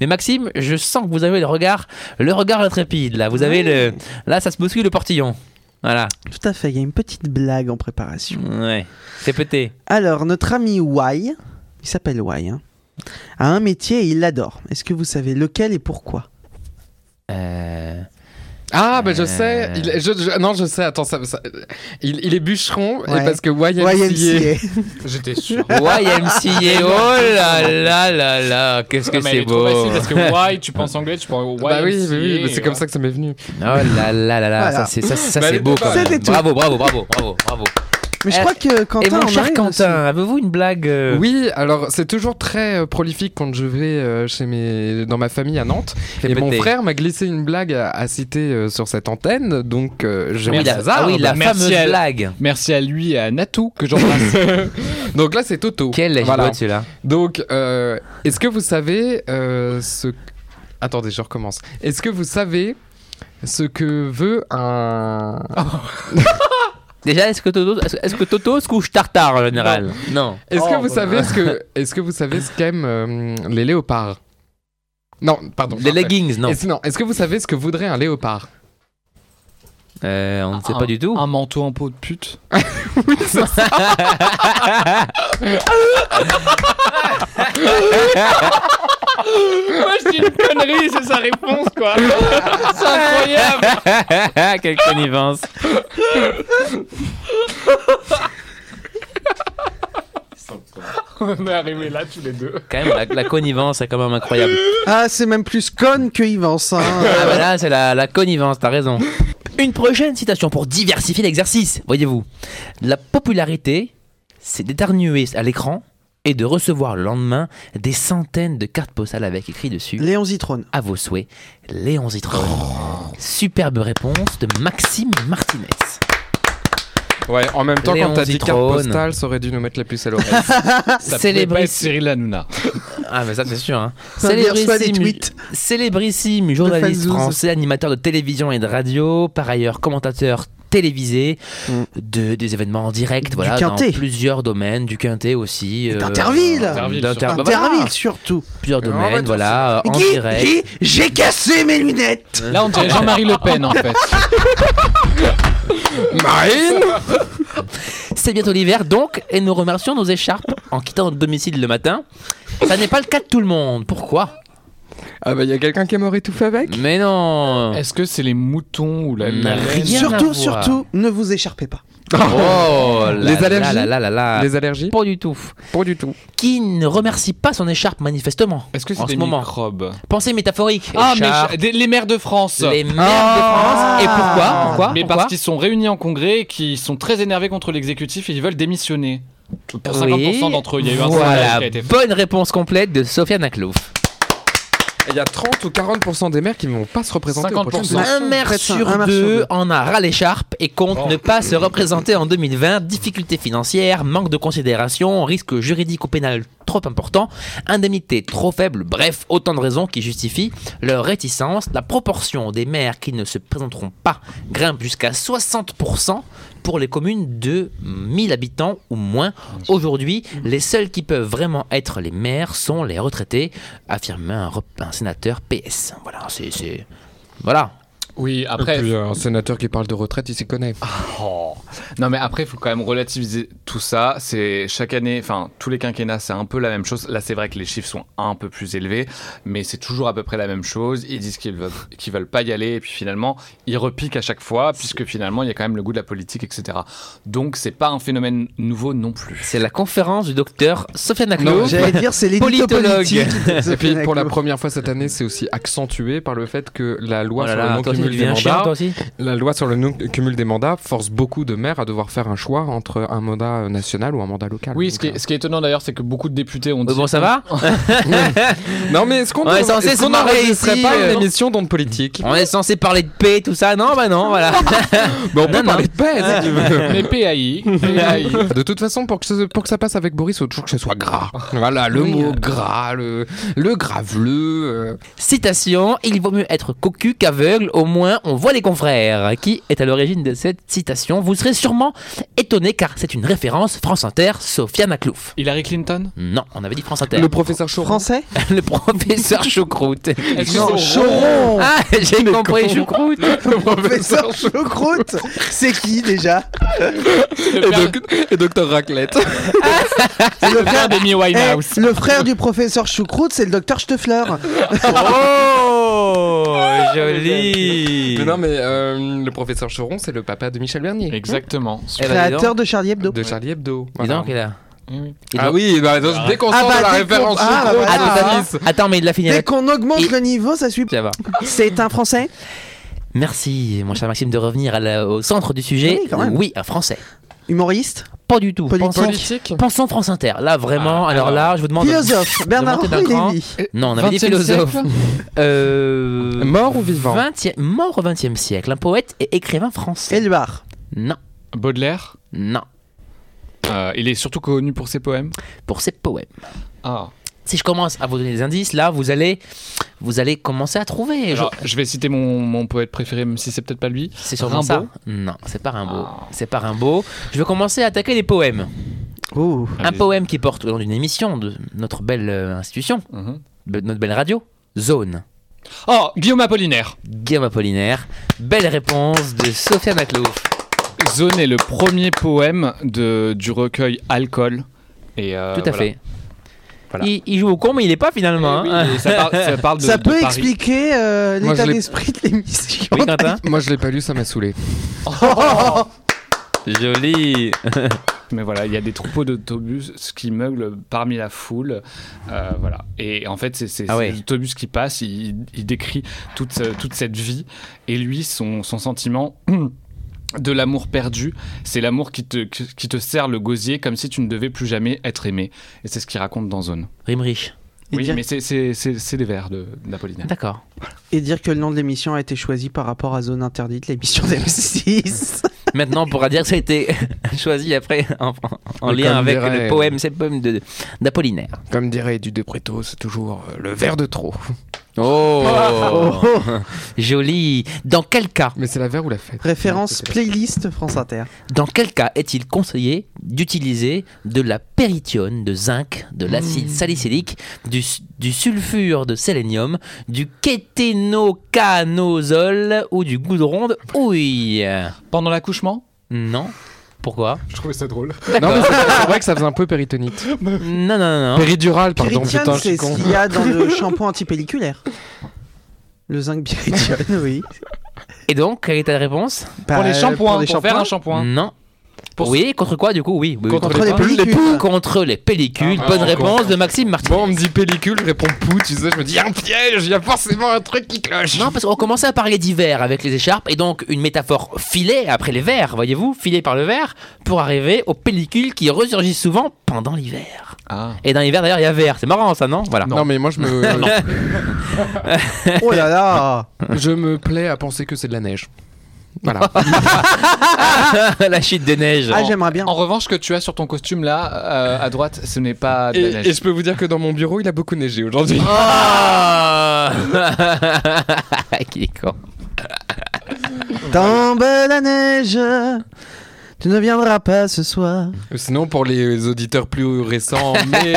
Speaker 2: Mais Maxime, je sens que vous avez le regard, le regard intrépide là. Vous avez le, là ça se bouscule le portillon. Voilà.
Speaker 1: Tout à fait, il y a une petite blague en préparation.
Speaker 2: Ouais. C'est pété.
Speaker 1: Alors, notre ami Y, il s'appelle Y, hein, a un métier et il l'adore. Est-ce que vous savez lequel et pourquoi
Speaker 2: Euh,
Speaker 3: Ah, bah je
Speaker 2: Euh.
Speaker 3: sais. Il, je, je- non, je sais. Attends, ça, ça- il, il est bûcheron et
Speaker 1: Ouais.
Speaker 3: parce que YMCA.
Speaker 1: YMCA.
Speaker 3: (laughs) J'étais sûr.
Speaker 4: (laughs)
Speaker 2: YMCA. Oh là là là là. Qu'est-ce que
Speaker 4: Non, mais elle
Speaker 2: c'est
Speaker 4: est trop
Speaker 2: beau.
Speaker 4: facile Parce (laughs) que why tu penses anglais, tu penses why.
Speaker 3: Bah oui, oui, oui,
Speaker 4: MCA,
Speaker 3: mais c'est comme ça que ça m'est venu.
Speaker 2: Oh là là là là.
Speaker 1: Voilà.
Speaker 2: Ça c'est ça, ça,
Speaker 3: Bah,
Speaker 2: c'est
Speaker 3: elle
Speaker 2: beau
Speaker 3: était
Speaker 2: quand
Speaker 3: pas
Speaker 1: mal.
Speaker 2: même.
Speaker 1: C'était tout.
Speaker 2: Bravo bravo bravo bravo bravo.
Speaker 1: Mais je
Speaker 2: Eh,
Speaker 1: crois que Quentin
Speaker 2: Et mon
Speaker 1: en a
Speaker 2: cher
Speaker 1: une aussi.
Speaker 2: Quentin, avez-vous une blague euh,
Speaker 3: Oui, alors c'est toujours très euh, prolifique quand je vais euh, chez mes, dans ma famille à Nantes.
Speaker 2: fait
Speaker 3: Et mon
Speaker 2: péter
Speaker 3: frère m'a glissé une blague à, à citer euh, sur cette antenne, donc euh, je
Speaker 2: Ah oui, la, ah oui, la
Speaker 4: Merci
Speaker 2: fameuse
Speaker 4: à-
Speaker 2: blague.
Speaker 4: Merci à lui et à Natou que j'embrasse. (laughs)
Speaker 3: Donc là, c'est Toto.
Speaker 2: Quelle est
Speaker 3: Voilà.
Speaker 2: celui-là
Speaker 3: Donc, euh, est-ce que vous savez euh, ce... Attendez, je recommence. Est-ce que vous savez ce que veut un...
Speaker 2: Déjà, est-ce que Toto, est-ce est-ce que Toto se couche tartare en général Non.
Speaker 3: Est-ce que
Speaker 1: Oh,
Speaker 3: vous savez ce que... Est-ce que vous savez ce qu'aiment euh, les léopards Non, pardon.
Speaker 2: Les leggings, non.
Speaker 3: Est-ce, non, est-ce que vous savez ce que voudrait
Speaker 2: (laughs)
Speaker 3: un léopard
Speaker 2: Euh, on ne sait
Speaker 4: Un-
Speaker 2: pas du tout.
Speaker 4: Un manteau en peau de pute. (laughs) Moi je dis une connerie, c'est sa réponse (laughs) quoi. c'est incroyable.
Speaker 2: Ah. (laughs) Quelle connivence.
Speaker 4: On est arrivé là tous les deux.
Speaker 2: Quand même, la, la connivence est quand même incroyable.
Speaker 1: Ah, c'est même plus con que Yvance. hein.
Speaker 2: (laughs) Ah bah là, c'est la, la connivence, t'as raison. Une prochaine citation pour diversifier l'exercice, voyez-vous. La popularité, c'est d'éternuer à l'écran et de recevoir le lendemain des centaines de cartes postales avec écrit dessus
Speaker 1: Léon Zitrone.
Speaker 2: à vos souhaits, Léon Zitrone. Superbe réponse de Maxime Martinez.
Speaker 3: Ouais, en même temps,
Speaker 2: Léon
Speaker 3: quand t'as dit carte
Speaker 2: Zitrone.
Speaker 3: postale, ça aurait dû nous mettre la puce
Speaker 2: (laughs)
Speaker 3: à l'oreille.
Speaker 1: Ah,
Speaker 4: Ça pouvait pas
Speaker 2: Célébris-
Speaker 4: être Cyril Hanouna.
Speaker 2: Ah, mais ça, c'est sûr. Hein.
Speaker 1: Bien reçoit des
Speaker 2: Célébrissime,
Speaker 1: tweets.
Speaker 2: célébrissime journaliste
Speaker 1: Fazouze.
Speaker 2: français, animateur de télévision et de radio, par ailleurs commentateur télévisé
Speaker 1: Mm.
Speaker 2: de, des événements en direct, voilà, dans
Speaker 1: Quintet.
Speaker 2: plusieurs domaines, du Quintet aussi. euh,
Speaker 1: D'Interville.
Speaker 2: d'Inter-
Speaker 4: D'Interville,
Speaker 2: bah
Speaker 1: Interville
Speaker 2: voilà,
Speaker 1: surtout.
Speaker 2: plusieurs
Speaker 3: on va
Speaker 2: domaines,
Speaker 3: tous-
Speaker 2: voilà, euh, en
Speaker 1: Guy,
Speaker 2: direct.
Speaker 1: Guy, j'ai cassé mes lunettes.
Speaker 4: Là, on dirait Jean-Marie Le Pen, en (laughs) fait.
Speaker 3: Marine
Speaker 2: C'est bientôt l'hiver donc, et nous remercions nos écharpes en quittant notre domicile le matin. Ça n'est pas le cas de tout le monde. Pourquoi
Speaker 3: Ah bah, il y a quelqu'un qui est mort étouffé avec
Speaker 2: Mais non
Speaker 4: Est-ce que c'est les moutons ou la
Speaker 2: Mm.
Speaker 4: la laine
Speaker 2: Rien à
Speaker 1: surtout,
Speaker 2: voir.
Speaker 1: surtout, ne vous écharpez pas.
Speaker 2: (laughs) Oh là
Speaker 3: Les
Speaker 2: là
Speaker 3: allergies
Speaker 2: là là là là.
Speaker 3: Les allergies
Speaker 2: Pas du tout.
Speaker 3: Pas du tout.
Speaker 2: Qui ne remercie pas son écharpe manifestement
Speaker 4: Est-ce que
Speaker 2: En
Speaker 4: c'est des
Speaker 2: ce moment.
Speaker 4: microbes
Speaker 2: Pensée métaphorique.
Speaker 4: Ah, mais
Speaker 2: Écharpe,
Speaker 4: je- des- les maires de France
Speaker 2: les merdes
Speaker 1: Ah.
Speaker 2: de France. Et pourquoi Pourquoi,
Speaker 4: Mais
Speaker 2: Pourquoi
Speaker 4: parce qu'ils sont réunis en congrès et qu'ils sont très énervés contre l'exécutif et ils veulent démissionner. Pour 50% d'entre eux, il y a eu un
Speaker 2: voilà,
Speaker 4: sondage qui a été fait.
Speaker 2: bonne réponse complète de Sofiane Aklouf.
Speaker 3: Et Il y a 30 ou 40% des maires qui ne vont pas se représenter. au prochain
Speaker 4: 50%.
Speaker 2: Un maire
Speaker 1: Presque un-
Speaker 2: sur
Speaker 1: un maire sur
Speaker 2: deux
Speaker 1: deux.
Speaker 2: en a ras l'écharpe et compte
Speaker 4: Oh.
Speaker 2: ne pas se représenter en 2020. Difficultés financières, manque de considération, risque juridique ou pénal trop important, indemnité trop faible, bref, autant de raisons qui justifient leur réticence. La proportion des maires qui ne se présenteront pas grimpe jusqu'à 60% pour les communes de 1000 habitants ou moins. Aujourd'hui, les seuls qui peuvent vraiment être les maires sont les retraités, affirme un, rep- un sénateur PS. Voilà, c'est- c'est... Voilà,
Speaker 4: Oui,
Speaker 3: Après,
Speaker 4: après.
Speaker 3: il y a euh, un sénateur qui parle de retraite, il s'y connaît.
Speaker 4: Oh. Non, mais après, il faut quand même relativiser tout ça. C'est chaque année, enfin, tous les quinquennats, c'est un peu la même chose. Là, c'est vrai que les chiffres sont un peu plus élevés, mais c'est toujours à peu près la même chose. Ils disent qu'ils veulent, qu'ils veulent pas y aller, et puis finalement, ils repiquent à chaque fois, puisque finalement, il y a quand même le goût de la politique, etc. Donc, c'est pas un phénomène nouveau non plus.
Speaker 2: C'est la conférence du docteur Sofiane Aklo.
Speaker 3: Non,
Speaker 1: J'allais dire, c'est l'édito
Speaker 2: Politologue.
Speaker 1: politique.
Speaker 3: Et puis pour la première fois cette année, c'est aussi accentué par le fait que la loi
Speaker 2: Oh là
Speaker 3: sur
Speaker 2: là,
Speaker 3: le
Speaker 2: toi aussi, tu
Speaker 3: non-cumul des
Speaker 2: deviens chiant,
Speaker 3: mandats,
Speaker 2: toi aussi.
Speaker 3: la loi sur le non-cumul des mandats force beaucoup de maires à devoir faire un choix entre un mandat euh, national ou un mandat local.
Speaker 4: Oui, ce qui
Speaker 3: Donc,
Speaker 4: est, ce qui est étonnant d'ailleurs, c'est que beaucoup de députés ont
Speaker 2: Mais
Speaker 4: dit.
Speaker 2: bon, ça
Speaker 4: (laughs)
Speaker 2: va
Speaker 3: (laughs) euh, Non mais est-ce qu'on
Speaker 2: On est censé
Speaker 3: est-ce
Speaker 2: se
Speaker 3: qu'on
Speaker 2: marrer
Speaker 3: n'enregistrerait
Speaker 2: ici,
Speaker 3: pas
Speaker 2: euh,
Speaker 3: une émission d'onde politique
Speaker 2: On est censé parler de paix, tout ça Non, bah non, voilà.
Speaker 3: Bon,
Speaker 2: Ah, Non,
Speaker 3: on peut
Speaker 2: non.
Speaker 3: parler de paix si tu
Speaker 2: (laughs)
Speaker 3: veux.
Speaker 4: Les PAI. PAI.
Speaker 3: De toute façon, pour que, ce- pour que ça passe avec Boris, il faut toujours que ce soit gras. Voilà, le
Speaker 2: Oui. euh.
Speaker 3: mot gras, le, le graveleux. euh.
Speaker 2: Citation Il vaut mieux être cocu qu'aveugle, au moins on voit les confrères. Qui est à l'origine de cette citation Vous serez sûrement étonné car c'est une référence France Inter, Sofiane Aklouf.
Speaker 4: Hillary Clinton
Speaker 2: Non, on avait dit France Inter.
Speaker 3: Le professeur Choran.
Speaker 1: Français
Speaker 2: (laughs) Le, professeur Choucroute.
Speaker 4: Est-ce que
Speaker 1: Non,
Speaker 4: c'est-
Speaker 1: Choron
Speaker 2: Ah, j'ai compris,
Speaker 3: con.
Speaker 2: Choucroute.
Speaker 1: Professeur Choucroute C'est qui déjà
Speaker 3: Et, doc- et docteur Raclette.
Speaker 1: C'est le
Speaker 4: Ah,
Speaker 1: frère,
Speaker 4: Amy
Speaker 1: Eh,
Speaker 4: Winehouse.
Speaker 1: le frère du professeur Choucroute, c'est le docteur Steffler.
Speaker 2: Oh, joli.
Speaker 3: Mais non, mais euh, le professeur Choron, c'est le papa de Michel Bernier.
Speaker 4: Exactement.
Speaker 2: Eh ben, dis donc.
Speaker 1: créateur de Charlie Hebdo.
Speaker 3: De Charlie Hebdo.
Speaker 2: Dis
Speaker 3: Voilà.
Speaker 2: donc, il a-
Speaker 4: Eh
Speaker 2: il a-
Speaker 3: Ah oui, bah, donc, dès qu'on
Speaker 1: Ah
Speaker 3: sort
Speaker 1: bah,
Speaker 3: de la
Speaker 1: dès qu'on-
Speaker 3: référence
Speaker 1: ah,
Speaker 3: Choron,
Speaker 1: bah,
Speaker 3: c'est
Speaker 1: voilà.
Speaker 3: Denis.
Speaker 2: Attends, attends, mais il l'a fini
Speaker 1: Dès
Speaker 2: avec.
Speaker 1: qu'on augmente
Speaker 2: Et-
Speaker 1: le niveau, ça suit.
Speaker 2: Tu vas voir.
Speaker 1: C'est un Français
Speaker 2: Merci, mon cher Maxime, de revenir à la- au centre du sujet.
Speaker 1: Oui, quand même.
Speaker 2: un Français.
Speaker 1: Humoriste
Speaker 2: Pas du tout.
Speaker 1: Politique.
Speaker 2: Pensons, pensons France Inter. Là, vraiment.
Speaker 4: Ah,
Speaker 2: alors là, je vous demande.
Speaker 1: Philosophe Bernard
Speaker 2: monter d'un cran.
Speaker 1: Lévy.
Speaker 2: Non, on avait dit
Speaker 3: 20e
Speaker 2: philosophe.
Speaker 3: siècle
Speaker 2: Euh,
Speaker 3: Mort ou vivant
Speaker 2: 20e Mort au XXe siècle. Un poète et écrivain français.
Speaker 1: Éluard.
Speaker 2: Non,
Speaker 4: Baudelaire.
Speaker 2: non.
Speaker 4: Euh, il est surtout connu pour ses poèmes.
Speaker 2: Pour ses poèmes.
Speaker 4: Ah.
Speaker 2: Si je commence à vous donner des indices, là, vous allez, vous allez commencer à trouver. Je-
Speaker 4: Alors, je vais citer mon, mon poète préféré, même si c'est peut-être pas lui.
Speaker 2: C'est sûrement
Speaker 4: Rimbaud
Speaker 2: ça. Non, c'est pas Rimbaud.
Speaker 4: Ah.
Speaker 2: C'est pas Rimbaud. Je vais commencer à attaquer les poèmes.
Speaker 1: Oh.
Speaker 2: Un poème qui porte le nom d'une émission de notre belle euh, institution.
Speaker 4: Mhm.
Speaker 2: Be- notre belle radio, Zone,
Speaker 4: Oh, Guillaume Apollinaire.
Speaker 2: Guillaume Apollinaire. Belle réponse de Sophia Maclouf.
Speaker 4: Zone est le premier poème de, du recueil Alcool. Et euh,
Speaker 2: Tout à
Speaker 4: voilà.
Speaker 2: fait.
Speaker 4: Voilà. Eh
Speaker 2: Il, il joue au con, mais il n'est pas finalement.
Speaker 4: Oui,
Speaker 2: hein.
Speaker 4: et ça, parle- ça parle de.
Speaker 1: ça
Speaker 4: de
Speaker 1: peut
Speaker 4: Paris.
Speaker 1: expliquer euh,
Speaker 3: Moi,
Speaker 1: l'état
Speaker 3: je l'ai-
Speaker 1: d'esprit de
Speaker 2: (laughs)
Speaker 1: l'émission.
Speaker 2: Oui,
Speaker 3: (laughs)
Speaker 2: Quentin
Speaker 3: Moi, je l'ai pas lu, ça m'a saoulé.
Speaker 2: Joli.
Speaker 4: Mais voilà, il y a des troupeaux d'autobus ce qui meuglent parmi la foule. euh, voilà. Et en fait, c'est c'est-
Speaker 2: Ah
Speaker 4: c'est
Speaker 2: ouais.
Speaker 4: l'autobus qui passe, il, il décrit toute, ce- toute cette vie. Et lui, son, son sentiment (clears throat) de l'amour perdu, c'est l'amour qui te, qui te serre le gosier comme si tu ne devais plus jamais être aimé. Et c'est ce qu'il raconte dans Zone.
Speaker 2: Rime riche.
Speaker 1: Et,
Speaker 4: Oui,
Speaker 1: dire,
Speaker 4: mais c'est- c'est c'est- c'est des vers de- d'Apollinaire.
Speaker 2: D'accord.
Speaker 1: et dire que le nom de l'émission a été choisi par rapport à Zone Interdite, l'émission d'M6.
Speaker 2: Maintenant, on pourra dire que ça a été (laughs) choisi après en, en
Speaker 3: Mais
Speaker 2: lien
Speaker 3: comme
Speaker 2: avec le
Speaker 3: dirait-
Speaker 2: poème, c'est le poème de- d'Apollinaire.
Speaker 3: Comme dirait du De Préto, c'est toujours euh, le verre de trop.
Speaker 2: Oh, (laughs) Joli. Dans quel cas,
Speaker 3: Mais c'est la verre ou la fête
Speaker 1: Référence
Speaker 3: Non,
Speaker 1: playlist France Inter.
Speaker 2: dans quel cas est-il conseillé d'utiliser de la péritione, de zinc, de
Speaker 4: Mmh.
Speaker 2: l'acide salicylique, du, s- du sulfure de sélénium, du kéténocanozole ou du goudron de houille
Speaker 4: Pendant l'accouchement
Speaker 2: Non. Pourquoi
Speaker 4: Je trouvais ça drôle.
Speaker 3: mais c'est c'est vrai que ça faisait un peu péritonite.
Speaker 2: Non, non, non. non.
Speaker 3: Péridurale, pardon,
Speaker 1: Pyritiane,
Speaker 3: putain, je
Speaker 1: c'est
Speaker 3: suis
Speaker 1: ce
Speaker 3: con.
Speaker 1: qu'il y a dans le shampoing antipelliculaire. Le zinc pyritiane, oui.
Speaker 2: Et donc, quelle est ta réponse
Speaker 1: Bah,
Speaker 4: pour les shampoings,
Speaker 1: pour
Speaker 4: pour,
Speaker 1: les
Speaker 4: faire un
Speaker 1: shampoings.
Speaker 4: shampoing.
Speaker 2: Non.
Speaker 4: Pour-
Speaker 2: Oui, contre quoi du coup Oui. oui, oui,
Speaker 4: Contre
Speaker 1: Contre les
Speaker 4: Pour
Speaker 1: pellicules.
Speaker 2: Contre les pellicules.
Speaker 4: Ah,
Speaker 2: Bonne
Speaker 4: encore.
Speaker 2: réponse de Maxime Martin.
Speaker 3: Bon, on me dit pellicule, je réponds pou, tu sais, je me dis, il y a un piège, il y a forcément un truc qui cloche.
Speaker 2: Non, parce qu'on commençait à parler d'hiver avec les écharpes et donc une métaphore filée après les verres, voyez-vous, filée par le verre pour arriver aux pellicules qui ressurgissent souvent pendant l'hiver.
Speaker 4: Ah.
Speaker 2: Et dans l'hiver d'ailleurs, il y a vert. C'est marrant ça, non Voilà.
Speaker 3: (laughs) Non. mais moi je me,
Speaker 1: Oh là
Speaker 2: (laughs)
Speaker 1: là
Speaker 3: je me plais à penser que c'est de la neige. (laughs) Voilà.
Speaker 2: Ah, (laughs) La chute de neige.
Speaker 1: Ah, j'aimerais bien.
Speaker 4: En revanche, ce que tu as sur ton costume là, euh, à droite, ce n'est pas de
Speaker 3: et,
Speaker 4: la neige.
Speaker 3: et je peux vous dire que dans mon bureau, il a beaucoup neigé aujourd'hui.
Speaker 2: Oh (laughs) Qu'il est con.
Speaker 1: Tombe la neige, tu ne viendras pas ce soir.
Speaker 3: (laughs) Sinon, pour les auditeurs plus (laughs) récents, mais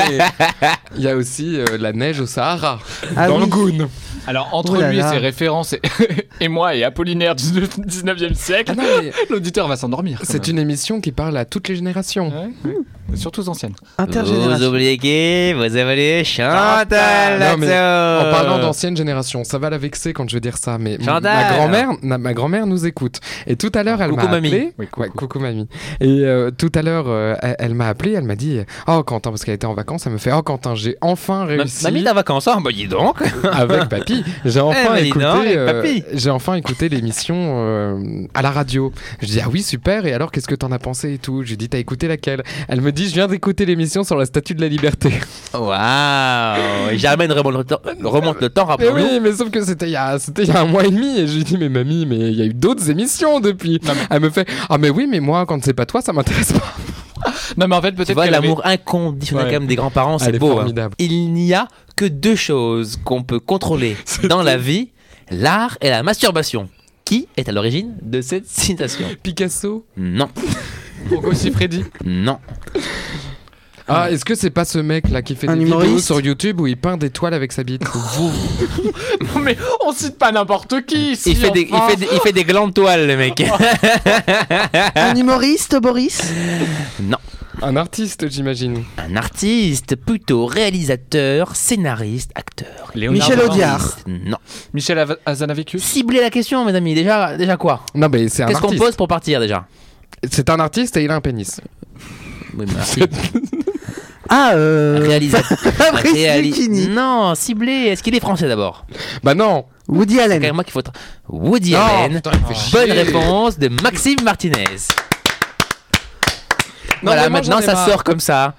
Speaker 3: il y a aussi euh, la neige au Sahara,
Speaker 1: Ah
Speaker 3: dans
Speaker 1: oui.
Speaker 3: le Goun.
Speaker 4: Alors, entre
Speaker 1: Oh là
Speaker 4: lui
Speaker 1: là.
Speaker 4: et ses références et, (laughs) et moi et Apollinaire du 19e siècle,
Speaker 3: Ah
Speaker 4: l'auditeur va s'endormir. quand
Speaker 3: C'est
Speaker 4: même.
Speaker 3: une émission qui parle à toutes les générations.
Speaker 4: Ouais, ouais. Surtout aux anciennes.
Speaker 2: Vous
Speaker 1: Intergénérationnel.
Speaker 2: oubliez, vous avez Chantal
Speaker 3: Non, mais
Speaker 2: Latsou.
Speaker 3: En parlant d'ancienne génération, ça va la vexer quand je vais dire ça, mais m-
Speaker 2: Chantal
Speaker 3: ma grand-mère, na- ma grand-mère nous écoute. Et tout à l'heure, elle m'a
Speaker 2: Coucou, mamie.
Speaker 3: appelé.
Speaker 4: Oui, coucou.
Speaker 3: Ouais, coucou mamie. Et euh, tout à l'heure, euh, elle, elle m'a appelé, elle m'a dit, oh Quentin, parce qu'elle était en vacances, elle me fait, oh Quentin, j'ai enfin réussi
Speaker 2: Mamie, t'as vacances, hein Bah dis donc. (laughs)
Speaker 3: (laughs) avec papy, j'ai enfin
Speaker 2: Eh, mais dis donc,
Speaker 3: écouté,
Speaker 2: avec
Speaker 3: euh,
Speaker 2: papy.
Speaker 3: j'ai enfin écouté l'émission euh, à la radio. Je dis ah oui super. Et alors qu'est-ce que t'en as pensé et tout. Je lui dis t'as écouté laquelle Elle me dit je viens d'écouter l'émission sur la Statue de la Liberté.
Speaker 2: Waouh Et Germaine remonte le temps, remonte le temps
Speaker 3: Mais
Speaker 2: rappelons-nous.
Speaker 3: oui, mais sauf que c'était il y a c'était il y a un mois et demi et je lui dis mais mamie mais il y a eu d'autres émissions depuis. Elle me fait ah mais oui mais moi quand c'est pas toi ça m'intéresse pas.
Speaker 4: Non, mais en fait,
Speaker 2: Tu
Speaker 4: peut-être
Speaker 2: vois,
Speaker 4: qu'elle avait-
Speaker 2: l'amour inconditionnel
Speaker 4: Ouais.
Speaker 2: quand même des grands-parents,
Speaker 3: Elle
Speaker 2: c'est
Speaker 3: est
Speaker 2: beau. hein.
Speaker 3: formidable.
Speaker 2: Il n'y a que deux choses qu'on peut contrôler dans la vie, l'art et la masturbation. Qui est à l'origine de cette citation
Speaker 3: Picasso.
Speaker 2: Non,
Speaker 4: Pourquoi aussi Freddy
Speaker 2: non.
Speaker 3: Ah est-ce que c'est pas ce mec là qui fait
Speaker 1: Un
Speaker 3: des vidéos
Speaker 1: humoriste
Speaker 3: sur YouTube où il peint des toiles avec sa bite
Speaker 1: (laughs)
Speaker 4: Non, mais on cite pas n'importe qui ici.
Speaker 2: Il fait, des, il,
Speaker 4: enfin.
Speaker 2: fait des, il fait des glands de toile, le mec.
Speaker 1: Un humoriste, Boris
Speaker 3: Un artiste j'imagine.
Speaker 2: Un artiste, plutôt réalisateur, scénariste, acteur.
Speaker 4: Léonard
Speaker 1: Michel
Speaker 4: Blanc.
Speaker 1: Audiard.
Speaker 2: Non.
Speaker 4: Michel Ava-
Speaker 2: (laughs)
Speaker 4: Hazanavicius.
Speaker 2: Ciblez la question, mes amis. Déjà, déjà quoi
Speaker 3: Non mais c'est un
Speaker 2: Qu'est-ce qu'on
Speaker 3: artiste.
Speaker 2: pose pour partir déjà
Speaker 3: C'est un artiste et il a un pénis.
Speaker 2: Oui, mais-
Speaker 1: Ah, euh,
Speaker 2: Réalisateur.
Speaker 1: (laughs) Fabrice
Speaker 2: Réali-
Speaker 1: Lucchini.
Speaker 2: Non, ciblé. Est-ce qu'il est français d'abord
Speaker 3: Bah non.
Speaker 1: Woody
Speaker 2: C'est quand
Speaker 1: Allen.
Speaker 2: même moi qu'il faut. tra- Woody
Speaker 3: Non, Ah.
Speaker 2: Allen.
Speaker 3: putain, il fait chier.
Speaker 2: Bonne réponse de Maxime Martinez.
Speaker 3: Non,
Speaker 2: voilà,
Speaker 3: mais moi,
Speaker 2: maintenant
Speaker 3: j'en ai
Speaker 2: ça
Speaker 3: marre.
Speaker 2: sort comme ça.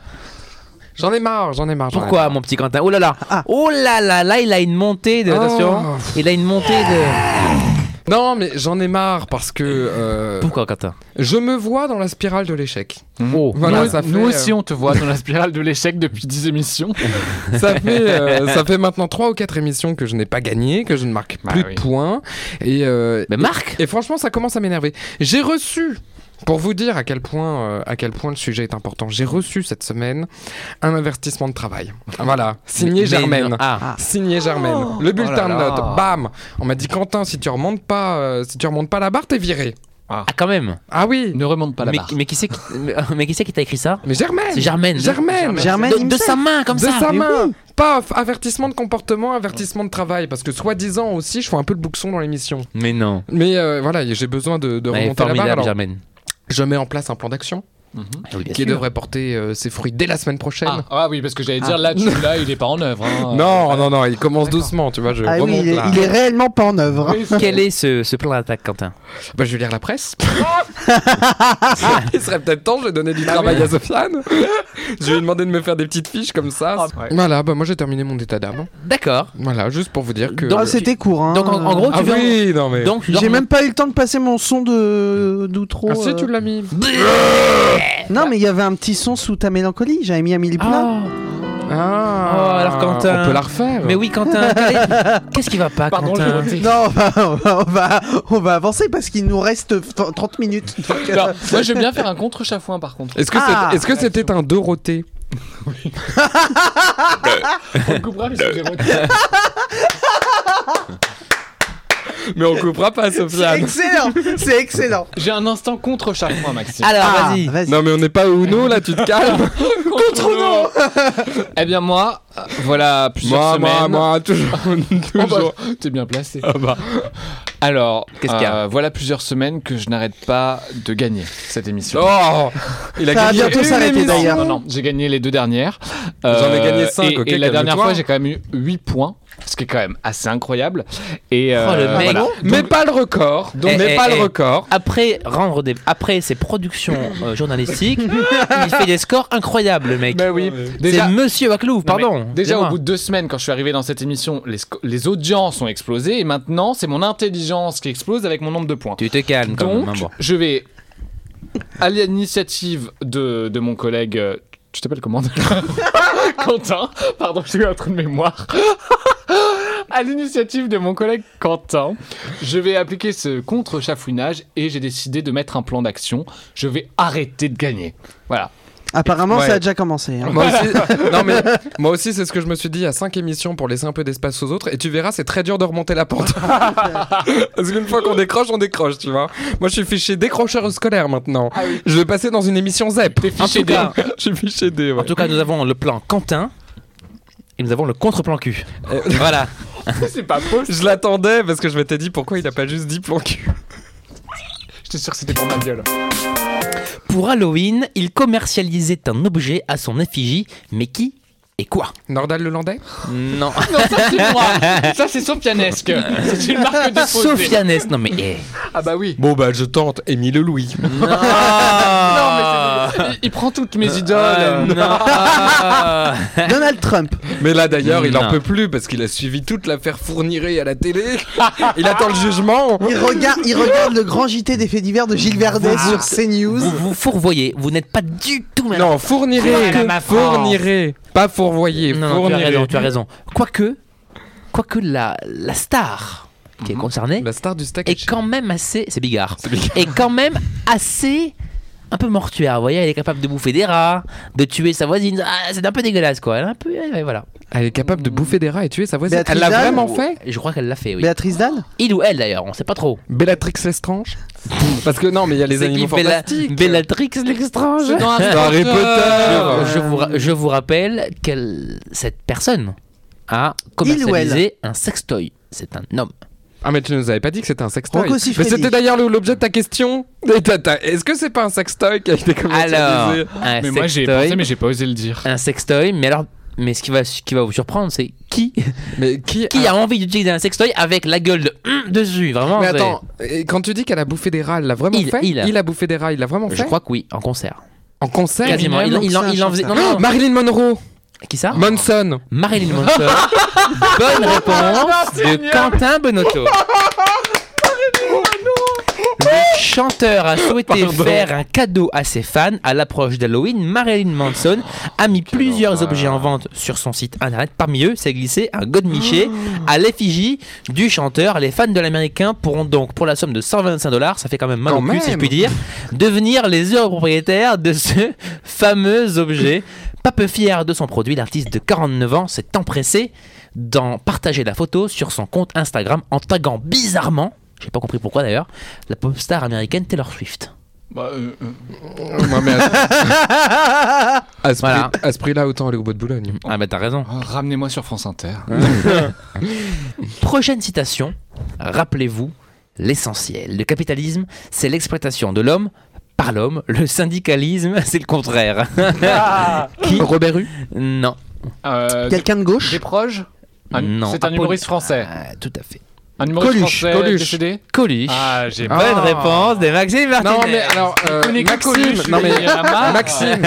Speaker 3: J'en ai marre, j'en ai marre. j'en ai
Speaker 2: Pourquoi, mon petit Quentin Oh là là
Speaker 1: Ah.
Speaker 2: Oh là là Là, il a une montée de.
Speaker 3: Oh.
Speaker 2: Attention Il a une montée de.
Speaker 3: marre. Non, mais j'en ai marre parce que euh,
Speaker 2: Pourquoi, Quentin
Speaker 3: je me vois dans la spirale de l'échec.
Speaker 2: Oh
Speaker 3: Voilà,
Speaker 4: nous,
Speaker 3: ça fait.
Speaker 4: nous
Speaker 3: euh,
Speaker 4: aussi, on te voit dans la spirale de l'échec depuis 10 émissions.
Speaker 2: (laughs)
Speaker 3: ça fait, euh, ça fait maintenant 3 ou 4 émissions que je n'ai pas gagné, que je ne marque
Speaker 4: Bah
Speaker 3: plus
Speaker 4: oui.
Speaker 3: de points. Et, euh,
Speaker 2: Mais Marc
Speaker 3: et franchement, ça commence à m'énerver. J'ai reçu. Pour vous dire à quel point euh, à quel point le sujet est important, j'ai reçu cette semaine un avertissement de travail. Voilà, signé
Speaker 2: Mais-
Speaker 3: Germaine.
Speaker 2: Ah.
Speaker 1: Ah.
Speaker 3: Signé Germaine. le bulletin
Speaker 4: Oh là
Speaker 3: de
Speaker 4: là.
Speaker 3: notes. Bam. On m'a dit Quentin, si tu remontes pas, euh, si tu remontes pas la barre, t'es viré.
Speaker 2: Ah, quand même
Speaker 3: Ah oui.
Speaker 4: ne remonte pas la
Speaker 2: mais,
Speaker 4: barre.
Speaker 2: mais qui c'est qui, mais- mais qui, c'est qui t'a écrit ça
Speaker 3: Mais Germaine.
Speaker 2: C'est Germaine.
Speaker 3: Germaine.
Speaker 1: Germaine
Speaker 2: De, de
Speaker 1: himself.
Speaker 2: sa main, comme
Speaker 3: de
Speaker 2: ça
Speaker 3: sa
Speaker 2: Mais
Speaker 3: main.
Speaker 2: oui.
Speaker 3: Pas f- avertissement de comportement, avertissement de travail, parce que soi-disant aussi, je fais un peu le bouxon dans l'émission.
Speaker 2: Mais non
Speaker 3: Mais euh, voilà, j'ai besoin de, de
Speaker 2: Ouais,
Speaker 3: remonter la barre.
Speaker 2: Formidable,
Speaker 3: alors, Ah
Speaker 2: Germaine.
Speaker 3: je mets en place un plan d'action.
Speaker 2: Oui, bien
Speaker 3: qui
Speaker 2: sûr.
Speaker 3: devrait porter euh, ses fruits dès la semaine prochaine.
Speaker 4: Ah, ah oui, parce que j'allais dire, là, là, il est pas en œuvre. hein. (laughs)
Speaker 3: non, non, non, il commence
Speaker 4: D'accord.
Speaker 3: doucement, tu vois. Je
Speaker 1: Ah oui,
Speaker 3: remonte
Speaker 1: il est,
Speaker 3: là.
Speaker 1: il est réellement pas en œuvre.
Speaker 2: Quel est ce, ce plan d'attaque, Quentin
Speaker 3: Bah, je vais lire la presse.
Speaker 2: (laughs) Ah
Speaker 3: il serait peut-être temps, je vais donner du travail à Sofiane. je vais lui demander de me faire des petites fiches comme ça.
Speaker 5: Ouais.
Speaker 3: Voilà, bah, moi j'ai terminé mon état d'âme.
Speaker 2: D'accord.
Speaker 3: Voilà, juste pour vous dire que.
Speaker 1: Ah, C'était court. hein.
Speaker 2: Donc, en, en gros, tu
Speaker 3: ah
Speaker 2: viens-
Speaker 3: oui, non mais.
Speaker 2: Donc,
Speaker 1: J'ai même pas eu le temps de passer mon son de d'outro.
Speaker 3: Ah si,
Speaker 1: euh.
Speaker 3: tu l'as mis.
Speaker 1: Non, mais il y avait un petit son sous ta mélancolie. J'avais mis un mille plats.
Speaker 2: Ah.
Speaker 3: Ah,
Speaker 2: Oh, alors, Quentin.
Speaker 3: On peut la refaire.
Speaker 2: Mais oui, Quentin, quel
Speaker 3: (laughs)
Speaker 2: est- qu'est-ce qui va pas,
Speaker 4: Pardon, (laughs)
Speaker 2: Quentin
Speaker 4: je-
Speaker 1: Non, on va, on va- on va- on va avancer parce qu'il nous reste t- 30 minutes. Donc, euh,
Speaker 4: Non, Moi, j'aime bien faire un contre-chafouin, par contre.
Speaker 3: Est-ce que
Speaker 1: Ah.
Speaker 3: c'est- est-ce que c'était un Dorothée
Speaker 4: On coupera parce que j'ai retenu.
Speaker 3: Mais on
Speaker 2: (laughs)
Speaker 3: coupera pas,
Speaker 1: c'est
Speaker 3: Sofiane.
Speaker 1: excellent, c'est excellent.
Speaker 4: J'ai un instant contre-chafouin, Maxime.
Speaker 2: Alors,
Speaker 1: Ah,
Speaker 2: vas-y.
Speaker 1: vas-y.
Speaker 3: Non mais on n'est pas au Uno là, tu te (laughs) calmes.
Speaker 4: contre nous (laughs) Eh bien, moi, euh, voilà
Speaker 3: moi,
Speaker 4: plusieurs
Speaker 3: moi,
Speaker 4: semaines.
Speaker 3: moi, toujours, (laughs)
Speaker 4: Oh, bah,
Speaker 3: toujours.
Speaker 4: T'es bien placé.
Speaker 3: Ah bah.
Speaker 4: Alors,
Speaker 2: Qu'est-ce qu'il y a
Speaker 4: euh, voilà plusieurs semaines que je n'arrête pas de gagner cette émission.
Speaker 3: Oh, il a
Speaker 1: Ça va
Speaker 3: gagné
Speaker 1: bientôt
Speaker 3: une
Speaker 1: s'arrêter
Speaker 3: émission.
Speaker 1: d'ailleurs.
Speaker 4: Non, non, j'ai gagné les deux dernières. Euh,
Speaker 3: J'en ai gagné cinq,
Speaker 4: Et,
Speaker 3: ok,
Speaker 4: et la dernière
Speaker 3: calme-toi.
Speaker 4: fois, j'ai quand même eu 8 points, ce qui est quand même assez incroyable. Et euh,
Speaker 2: Oh, le mec.
Speaker 4: voilà.
Speaker 3: Mais pas le record. Donc,
Speaker 2: Eh,
Speaker 3: mais
Speaker 2: eh,
Speaker 3: pas
Speaker 2: eh.
Speaker 3: le record.
Speaker 2: Après, rendre des... Après ses productions euh,
Speaker 4: (laughs)
Speaker 2: journalistiques, il fait des scores incroyables, le mec.
Speaker 4: Mais Ben oui,
Speaker 2: C'est
Speaker 4: déjà.
Speaker 2: Monsieur Baclouf,
Speaker 4: Non, mais
Speaker 2: pardon.
Speaker 4: Déjà,
Speaker 2: Dis-moi.
Speaker 4: au bout de deux semaines, quand je suis arrivé dans cette émission, les, sco- les audiences ont explosé. Et maintenant, c'est mon intelligence qui explose avec mon nombre de points.
Speaker 2: Tu te calmes quand
Speaker 4: Donc,
Speaker 2: même. hein, bon.
Speaker 4: je vais à l'initiative de, de mon collègue. euh, Tu t'appelles comment déjà (laughs) Quentin. Pardon, j'ai eu un trou de mémoire. (laughs) à l'initiative de mon collègue Quentin, je vais appliquer ce contre-chafouinage et j'ai décidé de mettre un plan d'action. Je vais arrêter de gagner. Voilà.
Speaker 1: Apparemment,
Speaker 3: Ouais.
Speaker 1: ça a déjà commencé. hein.
Speaker 3: (laughs) Moi aussi, non mais moi aussi c'est ce que je me suis dit à 5 émissions pour laisser un peu d'espace aux autres et tu verras c'est très dur de remonter
Speaker 1: (laughs)
Speaker 3: la pente. Parce qu'une fois qu'on décroche on décroche tu vois. Moi je suis fiché décrocheur scolaire maintenant.
Speaker 1: Ah
Speaker 3: Je vais passer dans une émission E ZEP.
Speaker 4: T'es
Speaker 3: En
Speaker 4: fiché
Speaker 3: tout
Speaker 4: D.
Speaker 3: cas, Je suis fiché D. ouais.
Speaker 2: En tout cas, nous avons le plan Quentin et nous avons le contre-plan cul.
Speaker 4: Euh,
Speaker 2: (laughs) voilà.
Speaker 4: (laughs) C'est pas possible.
Speaker 3: Je l'attendais parce que je m'étais dit pourquoi il a pas juste dit plan cul.
Speaker 4: J'étais sûr que c'était pour ma gueule.
Speaker 2: Pour Halloween, il commercialisait un objet à son effigie, mais qui et quoi
Speaker 3: Nordal le Landais
Speaker 2: (laughs) Non.
Speaker 4: Non, ça c'est moi. Ça c'est Sofianesque. C'est une marque de fausseté.
Speaker 2: Sofiane Est. Non mais. eh.
Speaker 4: Ah bah oui.
Speaker 3: Bon bah je tente Émile Louis.
Speaker 4: Ah.
Speaker 2: (laughs) Non, mais
Speaker 4: Il, il prend toutes mes idoles.
Speaker 2: euh,
Speaker 4: (laughs)
Speaker 2: non.
Speaker 1: Donald Trump.
Speaker 3: Mais là d'ailleurs il en
Speaker 2: Non.
Speaker 3: peut plus parce qu'il a suivi toute l'affaire Fourniret à la télé. Il attend le jugement.
Speaker 1: Il regarde, il regarde le grand JT des faits divers de Gilles Verdez sur CNews.
Speaker 2: Vous vous fourvoyez, vous n'êtes pas du tout malade.
Speaker 3: Non, fournirait,
Speaker 2: Voilà, ma France.
Speaker 3: fournirait, pas fourvoyer,
Speaker 2: Non, non, tu as
Speaker 3: fournirait.
Speaker 2: raison, tu as raison. Quoique, quoique la, la star qui est concernée
Speaker 3: La star du steak
Speaker 2: est quand même assez. C'est Bigard. Est quand même assez. Un peu mortuaire, vous voyez, elle est capable de bouffer des rats, de tuer sa voisine. Ah, c'est un peu dégueulasse, quoi. Elle est un peu. ouais, ouais, voilà.
Speaker 3: Elle est capable de bouffer des rats et tuer sa voisine.
Speaker 1: Béatrice
Speaker 3: Elle l'a
Speaker 1: Dalle
Speaker 3: vraiment
Speaker 1: ou-
Speaker 3: fait
Speaker 2: Je crois qu'elle l'a fait, oui.
Speaker 1: Béatrice Dalle
Speaker 2: Il ou elle, d'ailleurs, on sait pas trop.
Speaker 3: Bellatrix
Speaker 2: (laughs)
Speaker 3: Lestrange Parce que non, mais il y a les
Speaker 2: C'est qui,
Speaker 3: animaux
Speaker 2: Bella-
Speaker 3: fantastiques.
Speaker 2: Bellatrix l'Estrange.
Speaker 4: C'est dans Harry
Speaker 3: Dans Harry
Speaker 4: Potter.
Speaker 3: Potter.
Speaker 2: Je vous, ra- je vous rappelle que cette personne a commercialisé un sextoy. C'est un homme.
Speaker 3: Ah, mais tu nous avais pas dit que c'était un sextoy.
Speaker 1: Rocco
Speaker 3: Mais
Speaker 1: Siffredi.
Speaker 3: c'était d'ailleurs le- l'objet de ta question. Et t'as- t'as- Est-ce que c'est pas un sextoy qui a été commercialisé
Speaker 2: Alors, un
Speaker 4: Mais moi j'ai
Speaker 2: sextoy-
Speaker 4: pensé mais j'ai pas osé le dire.
Speaker 2: un sextoy, mais alors. Mais ce qui va, ce qui va vous surprendre, c'est
Speaker 3: (laughs)
Speaker 2: qui,
Speaker 3: Mais qui,
Speaker 2: qui a envie d'utiliser un sextoy avec la gueule de hum dessus, vraiment.
Speaker 3: Mais
Speaker 2: c'est-
Speaker 3: attends, et quand tu dis qu'elle a bouffé des rats, elle l'a vraiment
Speaker 2: Il-
Speaker 3: fait
Speaker 2: il a-
Speaker 3: bouffé des rats, il l'a vraiment
Speaker 2: Je
Speaker 3: fait
Speaker 2: crois que oui, en concert.
Speaker 3: En concert
Speaker 2: Quasiment. Il, Ah.
Speaker 1: Eminem,
Speaker 2: il en-
Speaker 1: donc
Speaker 2: il
Speaker 1: c'est un
Speaker 2: en faisait. Non,
Speaker 1: chanteur.
Speaker 2: non,
Speaker 3: (gasps) Oh, (gasps) Marilyn Monroe
Speaker 2: Qui ça
Speaker 3: Manson
Speaker 2: Marilyn Manson. Bonne réponse de Quentin Bonotto. Le chanteur a souhaité faire un cadeau à ses fans à l'approche d'Halloween. Marilyn Manson a mis plusieurs
Speaker 5: horreur.
Speaker 2: objets en vente sur son site internet. Parmi eux, s'est glissé un godemiché à l'effigie du chanteur. Les fans de l'américain pourront donc, pour la somme de 125 dollars, ça fait quand même mal
Speaker 3: Quand
Speaker 2: au cul si je
Speaker 3: même.
Speaker 2: puis dire, devenir les heureux propriétaires de ce (laughs) fameux objet. Pas peu fier de son produit, l'artiste de 49 ans s'est empressé d'en partager la photo sur son compte Instagram en taguant bizarrement, j'ai pas compris pourquoi d'ailleurs, la pop star américaine Taylor Swift.
Speaker 4: Bah, euh, euh,
Speaker 3: Ouais, mais
Speaker 6: euh,
Speaker 3: à, à ce
Speaker 2: Voilà.
Speaker 3: prix- à ce prix-là, autant aller au bout de Boulogne.
Speaker 2: Ah bah t'as raison.
Speaker 4: oh, Ramenez-moi sur France Inter.
Speaker 2: Prochaine citation, rappelez-vous l'essentiel. Le capitalisme, c'est l'exploitation de l'homme par l'homme. Le syndicalisme, (laughs) c'est le contraire. Qui
Speaker 3: Robert Hue
Speaker 2: Non.
Speaker 6: Euh,
Speaker 1: Quelqu'un de gauche
Speaker 6: des proches Un-
Speaker 2: Non.
Speaker 6: C'est un
Speaker 2: Apollo-
Speaker 6: humoriste français.
Speaker 2: Ah, tout à fait.
Speaker 6: Un humoriste
Speaker 3: Coluche,
Speaker 6: français
Speaker 3: Coluche.
Speaker 6: décédé
Speaker 2: Coluche.
Speaker 6: Ah, j'ai
Speaker 2: Bonne réponse des Maxime Martinez.
Speaker 3: Non, mais alors, euh,
Speaker 6: connais que
Speaker 3: Maxime,
Speaker 6: Coluche,
Speaker 3: non,
Speaker 6: mais
Speaker 3: mais,
Speaker 6: il y en a marre.
Speaker 3: Maxime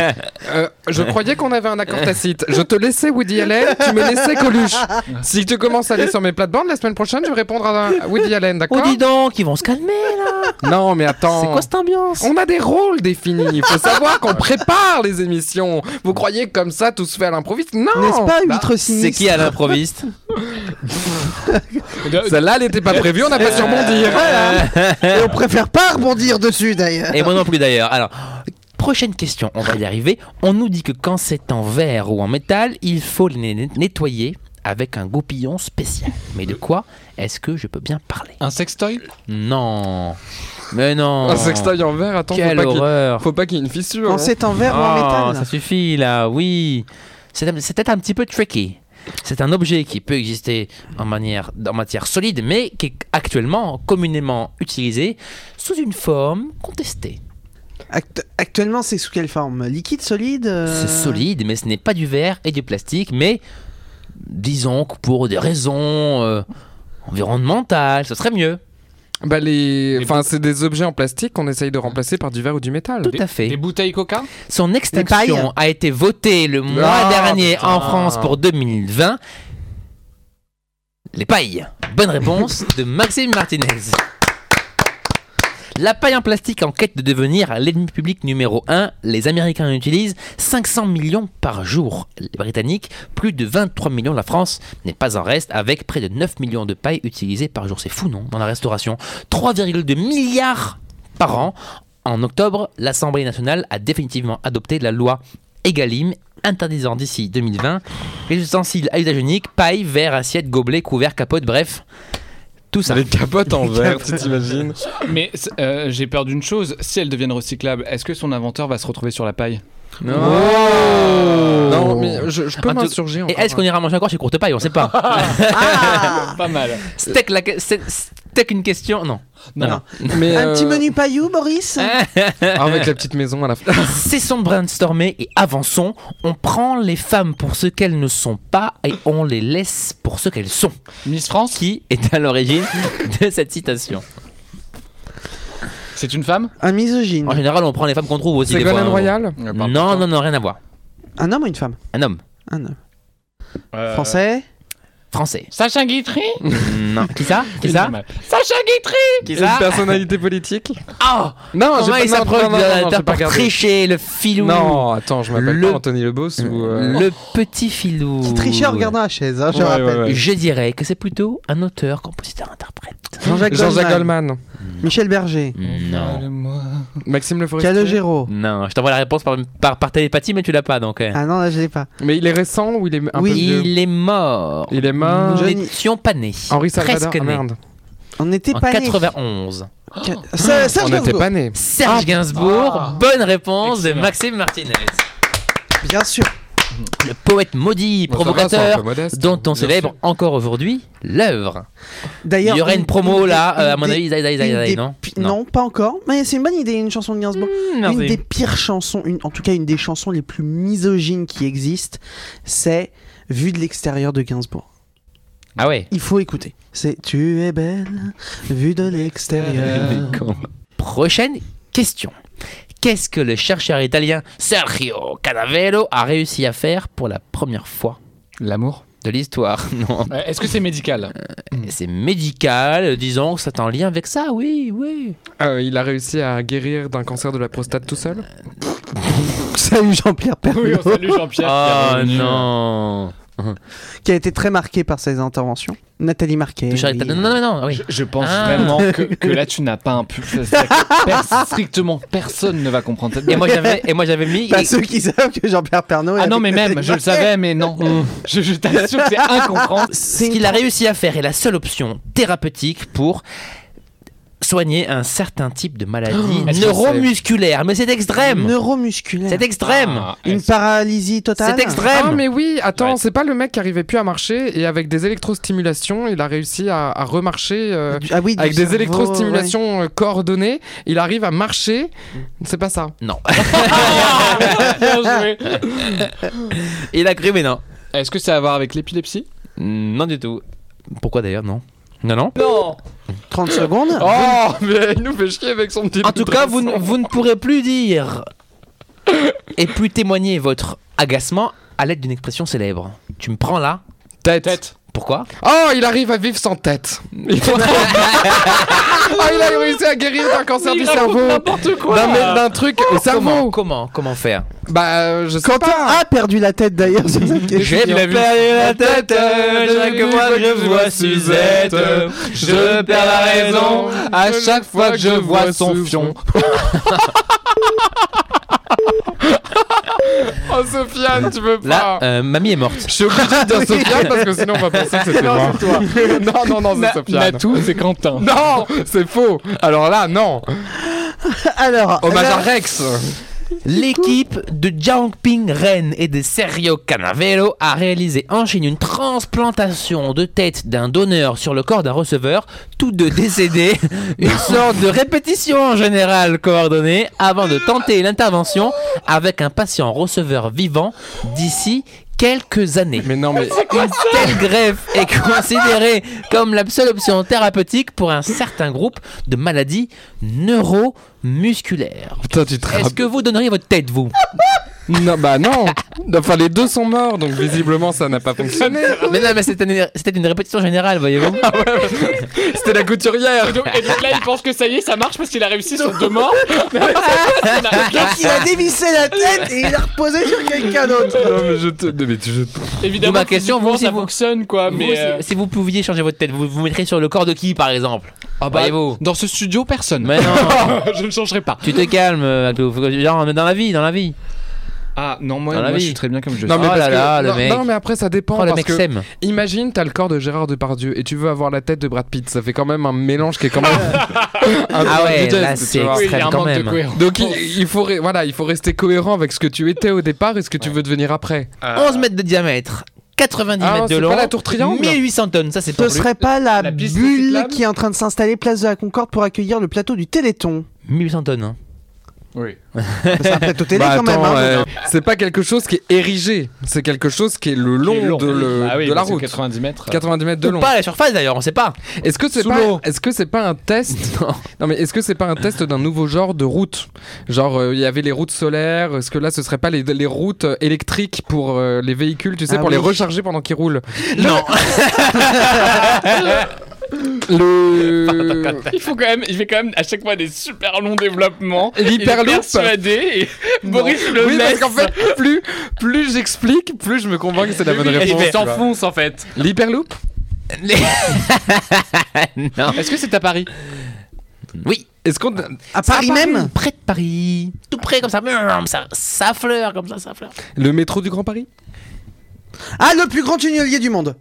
Speaker 3: euh, je croyais qu'on avait un accord tacite. Je te laissais Woody Allen, tu me laissais Coluche. Si tu commences à aller sur mes plates-bandes, la semaine prochaine, je vais répondre à Woody Allen,
Speaker 2: Oh
Speaker 3: d'accord
Speaker 2: dis donc, ils vont se calmer là.
Speaker 3: Non, mais
Speaker 2: (laughs)
Speaker 3: attends.
Speaker 2: C'est quoi cette ambiance
Speaker 3: On a des rôles définis. Il faut savoir qu'on prépare les émissions. Vous croyez que comme ça, tout se fait à l'improviste Non
Speaker 1: N'est-ce pas ultra
Speaker 2: C'est
Speaker 1: sinistre
Speaker 2: qui à l'improviste
Speaker 3: Celle-là, elle n'était pas prévue, on n'a
Speaker 2: Euh,
Speaker 3: pas surbondi.
Speaker 1: Et on préfère pas rebondir dessus d'ailleurs.
Speaker 2: Et moi non plus d'ailleurs. Alors, prochaine question, on va y arriver. On nous dit que quand c'est en verre ou en métal, il faut les net- nettoyer avec un goupillon spécial. Mais de quoi est-ce que je peux bien parler
Speaker 6: Un sextoy
Speaker 2: Non. Mais non.
Speaker 3: Un Oh, sextoy en verre, attends, Ah, faut
Speaker 2: Quelle
Speaker 3: pas qu'il-
Speaker 2: horreur.
Speaker 3: faut pas qu'il y ait une fissure.
Speaker 1: Quand
Speaker 3: hein.
Speaker 1: c'est en verre ou en
Speaker 2: Ah,
Speaker 1: métal.
Speaker 2: Ça suffit là, oui. C'est c'est peut-être un petit peu tricky. C'est un objet qui peut exister en, manière, en matière solide, mais qui est actuellement communément utilisé sous une forme contestée.
Speaker 1: Act- actuellement, c'est sous quelle forme Liquide, solide euh,
Speaker 2: C'est solide, mais ce n'est pas du verre et du plastique, mais disons que pour des raisons euh, environnementales, ce serait mieux.
Speaker 3: Bah, les... Enfin, c'est des objets en plastique qu'on essaye de remplacer par du verre ou du métal.
Speaker 2: Tout à fait.
Speaker 6: Des bouteilles coca
Speaker 2: Son
Speaker 1: pailles
Speaker 2: extinction a été votée le mois
Speaker 3: Ah,
Speaker 2: dernier en
Speaker 6: putain.
Speaker 2: France pour 2020. Les pailles. Bonne réponse de Maxime Martinez. La paille en plastique en quête de devenir l'ennemi public numéro 1. Les Américains en utilisent 500 millions par jour. Les Britanniques, plus de 23 millions. La France n'est pas en reste avec près de 9 millions de pailles utilisées par jour. C'est fou, non Dans la restauration. 3,2 milliards par an. En octobre, l'Assemblée nationale a définitivement adopté la loi Egalim interdisant d'ici 2020 les ustensiles à usage unique, paille, verre, assiette, gobelet, couvert, capote, bref, tout ça.
Speaker 3: Les capotes en verre, tu t'imagines
Speaker 6: Mais c'est- euh, j'ai peur d'une chose, si elles deviennent recyclables, est-ce que son inventeur va se retrouver sur la paille
Speaker 3: Non, mais je, je peux
Speaker 2: Oh. Un truc-
Speaker 3: m'insurger
Speaker 2: Et
Speaker 3: encore.
Speaker 2: est-ce qu'on ira manger encore chez Courte Paille On sait pas.
Speaker 4: (laughs)
Speaker 1: Ah
Speaker 6: Pas mal.
Speaker 2: Steak, la... que- c'est- steak une question Non.
Speaker 6: Non,
Speaker 2: Non.
Speaker 3: hein. Mais,
Speaker 1: Un petit
Speaker 3: euh,
Speaker 1: menu paillou, Boris
Speaker 2: Hein
Speaker 3: ah, Avec la petite maison à la (laughs) fin.
Speaker 2: Cessons de brainstormer et avançons. On prend les femmes pour ce qu'elles ne sont pas et on les laisse pour ce qu'elles sont.
Speaker 6: Miss France,
Speaker 2: Qui est à l'origine de cette citation
Speaker 6: c'est une femme
Speaker 1: Un misogyne.
Speaker 2: En général, on prend les femmes qu'on trouve aussi.
Speaker 3: C'est
Speaker 2: des fois,
Speaker 3: Golden
Speaker 2: hein.
Speaker 3: Royal
Speaker 4: Euh,
Speaker 2: Non, non, non, rien à voir.
Speaker 1: Un homme ou une femme
Speaker 2: Un homme.
Speaker 1: Un homme.
Speaker 6: Euh,
Speaker 1: Français
Speaker 2: Français.
Speaker 6: Sacha Guitry
Speaker 2: non. (laughs) Qui ça Qui ça
Speaker 6: Sacha Guitry
Speaker 2: Qui
Speaker 3: Une personnalité politique
Speaker 2: Oh
Speaker 3: Non,
Speaker 2: Comment
Speaker 3: j'ai
Speaker 2: il
Speaker 3: pas- non,
Speaker 2: s'approche
Speaker 3: non, non, non,
Speaker 2: de
Speaker 3: j'ai
Speaker 2: la
Speaker 3: pas
Speaker 2: pour
Speaker 3: regardé.
Speaker 2: tricher le filou
Speaker 3: Non, attends, je m'appelle
Speaker 2: Le-
Speaker 3: pas Anthony Lebos ou... euh,
Speaker 2: Le petit filou.
Speaker 1: Qui trichait en regardant la chaise, hein, je
Speaker 3: Ouais,
Speaker 1: rappelle.
Speaker 3: ouais, ouais.
Speaker 2: Je dirais que c'est plutôt un auteur, compositeur, interprète.
Speaker 1: Jean-Jacques
Speaker 3: Jean-Jacques
Speaker 1: Goldman.
Speaker 3: Goldman.
Speaker 1: Michel Berger.
Speaker 2: Non.
Speaker 3: Maxime Le Forestier.
Speaker 1: Calogero.
Speaker 2: Non, je t'envoie la réponse par, par, par télépathie, mais tu l'as pas donc. euh.
Speaker 1: Ah non, là, je l'ai pas.
Speaker 3: Mais il est récent ou il est un peu vieux
Speaker 2: Il est mort.
Speaker 3: Il est mort.
Speaker 2: Nous
Speaker 1: Johnny-
Speaker 2: n'étions pas nés.
Speaker 3: Henri Salvador.
Speaker 2: Presque
Speaker 3: Ah,
Speaker 2: nés.
Speaker 3: merde.
Speaker 1: On n'était
Speaker 2: En
Speaker 1: pas nés.
Speaker 2: 91.
Speaker 1: Ca- (gasps) Ça, ça,
Speaker 3: On
Speaker 1: je
Speaker 3: n'était
Speaker 1: l'avoue.
Speaker 3: pas nés.
Speaker 2: Serge Gainsbourg, bonne réponse de
Speaker 6: Excellent.
Speaker 2: Maxime Martinez.
Speaker 1: Bien sûr.
Speaker 2: Le poète maudit,
Speaker 3: Bon, ça va, c'est un
Speaker 2: provocateur,
Speaker 3: peu modeste. hein,
Speaker 2: dont on
Speaker 3: Bien
Speaker 2: célèbre encore aujourd'hui l'œuvre.
Speaker 1: D'ailleurs,
Speaker 2: Il y aurait une promo là, euh, à mon
Speaker 1: des-
Speaker 2: avis, zaï, zaï, zaï,
Speaker 1: une
Speaker 2: zaï,
Speaker 1: des
Speaker 2: non Mmh,
Speaker 1: pi- non, pas encore. Mais c'est une bonne idée, une chanson de Gainsbourg. une des pires chansons, une- en tout cas une des chansons les plus misogynes qui existent, c'est Vue de l'extérieur de Gainsbourg.
Speaker 2: Ah ouais.
Speaker 1: Il faut écouter. C'est Tu es belle, vue de
Speaker 2: (laughs)
Speaker 1: l'extérieur.
Speaker 2: Prochaine question. Qu'est-ce que le chercheur italien Sergio Canavero a réussi à faire pour la première fois
Speaker 6: L'amour
Speaker 2: de l'histoire (laughs) Non.
Speaker 6: Euh, Est-ce que c'est médical
Speaker 2: C'est médical, disons que c'est en lien avec ça, oui, oui.
Speaker 3: Euh, il a réussi à guérir d'un cancer de la prostate tout seul
Speaker 1: Salut Jean-Pierre
Speaker 6: (laughs) Oui,
Speaker 1: Pernaut,
Speaker 6: on salue Jean-Pierre.
Speaker 2: Oh
Speaker 6: bienvenue.
Speaker 2: non.
Speaker 1: qui a été très marqué par ses interventions. Nathalie Marquet.
Speaker 2: Le chercheur
Speaker 1: Eh oui.
Speaker 2: italien- Non, non, non, oui.
Speaker 6: Je, je pense
Speaker 2: Ah.
Speaker 6: vraiment que, que là tu n'as pas un pub. (laughs) strictement personne ne va comprendre. cette
Speaker 2: Et
Speaker 6: blague.
Speaker 2: moi j'avais, et moi j'avais mis.
Speaker 1: Pas ceux qui savent que Jean-Pierre Pernaut
Speaker 6: ah non mais même, je le savais mais non. je je t'assure que c'est incompréhensible.
Speaker 2: ce qu'il a réussi à faire est la seule option thérapeutique pour soigner un certain type de maladie neuromusculaire. Mais c'est extrême
Speaker 1: Neuromusculaire.
Speaker 2: C'est extrême
Speaker 4: Ah,
Speaker 1: Une paralysie totale.
Speaker 2: C'est
Speaker 3: Ah
Speaker 2: extrême
Speaker 3: mais oui, attends,
Speaker 4: Ouais.
Speaker 3: c'est pas le mec qui arrivait plus à marcher et avec des électrostimulations, il a réussi à, à remarcher euh,
Speaker 1: Du- Ah oui, du
Speaker 3: avec des
Speaker 1: cerveau,
Speaker 3: électrostimulations euh, coordonnées, il arrive à marcher. C'est pas ça.
Speaker 2: Non.
Speaker 6: Bien joué.
Speaker 2: Il a cru, mais non.
Speaker 6: (laughs) Est-ce que ça a à voir avec l'épilepsie
Speaker 2: Non du tout. Pourquoi d'ailleurs Non. Non, non.
Speaker 6: Non
Speaker 1: 30 secondes.
Speaker 3: Oh, mais il nous fait chier avec son petit.
Speaker 2: En tout cas, vous, ne- vous ne pourrez plus dire et plus témoigner votre agacement à l'aide d'une expression célèbre. Tu me prends là
Speaker 3: tête.
Speaker 6: Tête.
Speaker 2: (laughs) Pourquoi
Speaker 3: Oh, il arrive à vivre sans tête. Il- oh, il a réussi à guérir d'un cancer du cerveau.
Speaker 6: N'importe quoi
Speaker 3: D'un mé- d'un truc au
Speaker 2: Comment
Speaker 3: cerveau.
Speaker 2: Comment Comment faire
Speaker 3: Bah, euh, je sais
Speaker 1: Quentin
Speaker 3: pas.
Speaker 1: a perdu la tête d'ailleurs sur
Speaker 3: (laughs)
Speaker 1: cette question.
Speaker 2: J'ai
Speaker 3: Il a vu-
Speaker 2: perdu la tête
Speaker 3: euh,
Speaker 2: chaque fois que je vois Suzette. Je perds la raison à chaque fois que je vois son fion.
Speaker 3: Oh, Sofiane, tu veux
Speaker 2: Là,
Speaker 3: pas.
Speaker 2: euh, mamie est morte.
Speaker 3: Je suis obligé de dire Sofiane parce que sinon on va penser que c'était moi. (laughs) non, non, non, c'est Sofiane.
Speaker 6: Natou, c'est Quentin.
Speaker 3: Non, c'est faux. Alors là, non.
Speaker 1: Alors, euh,
Speaker 3: Hommage
Speaker 1: là-
Speaker 3: à Rex.
Speaker 2: L'équipe de Jiangping Ren et de Sergio Canavero a réalisé en Chine une transplantation de tête d'un donneur sur le corps d'un receveur, tous deux (laughs) décédés, une sorte de répétition générale coordonnée avant de tenter l'intervention avec un patient receveur vivant d'ici quelques années.
Speaker 3: Mais non, mais.
Speaker 2: Une telle greffe est considérée comme la seule option thérapeutique pour un certain groupe de maladies neuromusculaires.
Speaker 3: (laughs) Putain, tu te
Speaker 2: Est-ce
Speaker 3: rappelles.
Speaker 2: que vous donneriez votre tête, vous
Speaker 3: Non, bah non. Enfin, les deux sont morts, donc visiblement ça n'a pas fonctionné.
Speaker 2: Ah, Mais non, mais c'était une, c'était une répétition générale, voyez-vous.
Speaker 3: C'était la couturière.
Speaker 6: Et donc, et donc là, il pense que ça y est, ça marche parce qu'il a réussi sur deux
Speaker 2: (laughs)
Speaker 6: morts.
Speaker 1: Donc
Speaker 3: Ah,
Speaker 1: il a dévissé la tête et il a reposé sur quelqu'un d'autre.
Speaker 3: Non, mais je te. non, mais tu- je-
Speaker 2: Oh
Speaker 6: Évidemment,
Speaker 2: ma question,
Speaker 6: physiquement,
Speaker 2: vous, si
Speaker 6: ça
Speaker 2: vous-
Speaker 6: fonctionne quoi,
Speaker 2: Vous,
Speaker 6: mais.
Speaker 2: si-
Speaker 6: euh,
Speaker 2: si, vous pouviez changer votre tête, vous vous mettriez sur le corps de qui, par exemple Voyez-vous.
Speaker 6: Dans ce studio, personne.
Speaker 2: Mais non,
Speaker 6: (laughs) je ne changerai pas.
Speaker 2: tu te calmes, euh, Abdou. Faut que- Genre, mais dans la vie, dans la vie.
Speaker 6: Ah non,
Speaker 2: Dans
Speaker 6: moi,
Speaker 2: la
Speaker 6: moi
Speaker 2: vie.
Speaker 6: je suis très bien comme je
Speaker 2: Non,
Speaker 6: suis.
Speaker 2: mais- Oh
Speaker 3: parce
Speaker 2: là
Speaker 3: que-
Speaker 2: là, le
Speaker 3: non,
Speaker 2: mec.
Speaker 3: non, mais après ça dépend
Speaker 2: Oh, le
Speaker 3: parce
Speaker 2: mec
Speaker 3: que
Speaker 2: s'aime.
Speaker 3: imagine t'as le corps de Gérard Depardieu et tu veux avoir la tête de Brad Pitt, ça fait quand même un mélange qui
Speaker 2: (laughs)
Speaker 3: est quand même un
Speaker 2: Ah ouais,
Speaker 3: peu
Speaker 2: là,
Speaker 3: digeste,
Speaker 2: c'est
Speaker 3: tu vois.
Speaker 6: Oui, il y a un
Speaker 2: Extrême quand
Speaker 6: manque de
Speaker 2: même.
Speaker 6: cohérence.
Speaker 3: Donc il, il faut ré- voilà, il faut rester cohérent avec ce que tu étais au départ et ce que tu veux devenir après.
Speaker 2: 11 mètres de diamètre, 90
Speaker 3: Ah,
Speaker 2: mètres de
Speaker 3: c'est
Speaker 2: long.
Speaker 3: pas la tour triangle
Speaker 2: 1800 tonnes, ça c'est pas
Speaker 1: Ce
Speaker 2: plus.
Speaker 1: serait pas la,
Speaker 6: la piste
Speaker 1: bulle
Speaker 6: cyclable
Speaker 1: qui est en train de s'installer place de la Concorde pour accueillir le plateau du Téléthon.
Speaker 2: 1800 tonnes. hein.
Speaker 6: Oui.
Speaker 1: C'est un plateau télé
Speaker 3: Bah,
Speaker 1: quand même.
Speaker 3: attends,
Speaker 1: hein.
Speaker 3: euh, c'est pas quelque chose qui est érigé, c'est quelque chose qui est le long,
Speaker 6: Qui est
Speaker 3: de, le-
Speaker 6: Ah oui,
Speaker 3: de la
Speaker 6: mais c'est
Speaker 3: route.
Speaker 6: 90 mètres.
Speaker 3: 90 mètres de
Speaker 2: Ou
Speaker 3: long.
Speaker 2: pas à la surface d'ailleurs, on sait pas.
Speaker 3: Est-ce que c'est
Speaker 2: Sous
Speaker 3: pas
Speaker 2: l'eau.
Speaker 3: est-ce que c'est pas un test
Speaker 2: Non.
Speaker 3: Non mais est-ce que c'est pas un test d'un nouveau genre de route Genre euh, il y avait les routes solaires, est-ce que là ce serait pas les, les routes euh, électriques pour euh, les véhicules, tu sais
Speaker 1: Ah
Speaker 3: pour les
Speaker 1: oui.
Speaker 3: recharger pendant qu'ils roulent
Speaker 2: Non.
Speaker 3: Le
Speaker 6: Il faut quand même, il fait quand même à chaque fois des super longs développements.
Speaker 3: L'hyperloop.
Speaker 6: Il est persuadé et Boris le
Speaker 3: Oui parce
Speaker 6: laisse.
Speaker 3: qu'en fait plus plus j'explique, plus je me convainc que c'est la bonne
Speaker 6: Oui,
Speaker 3: réponse.
Speaker 6: Il s'enfonce en fait.
Speaker 3: L'hyperloop
Speaker 2: (laughs) non.
Speaker 6: Est-ce que c'est à Paris
Speaker 2: Oui,
Speaker 3: Est-ce qu'on
Speaker 1: à Paris même
Speaker 2: près de Paris, tout près comme ça, Hum, ça, ça fleure comme ça, ça fleure.
Speaker 3: le métro du Grand Paris
Speaker 1: Ah, le plus grand tunnelier du monde.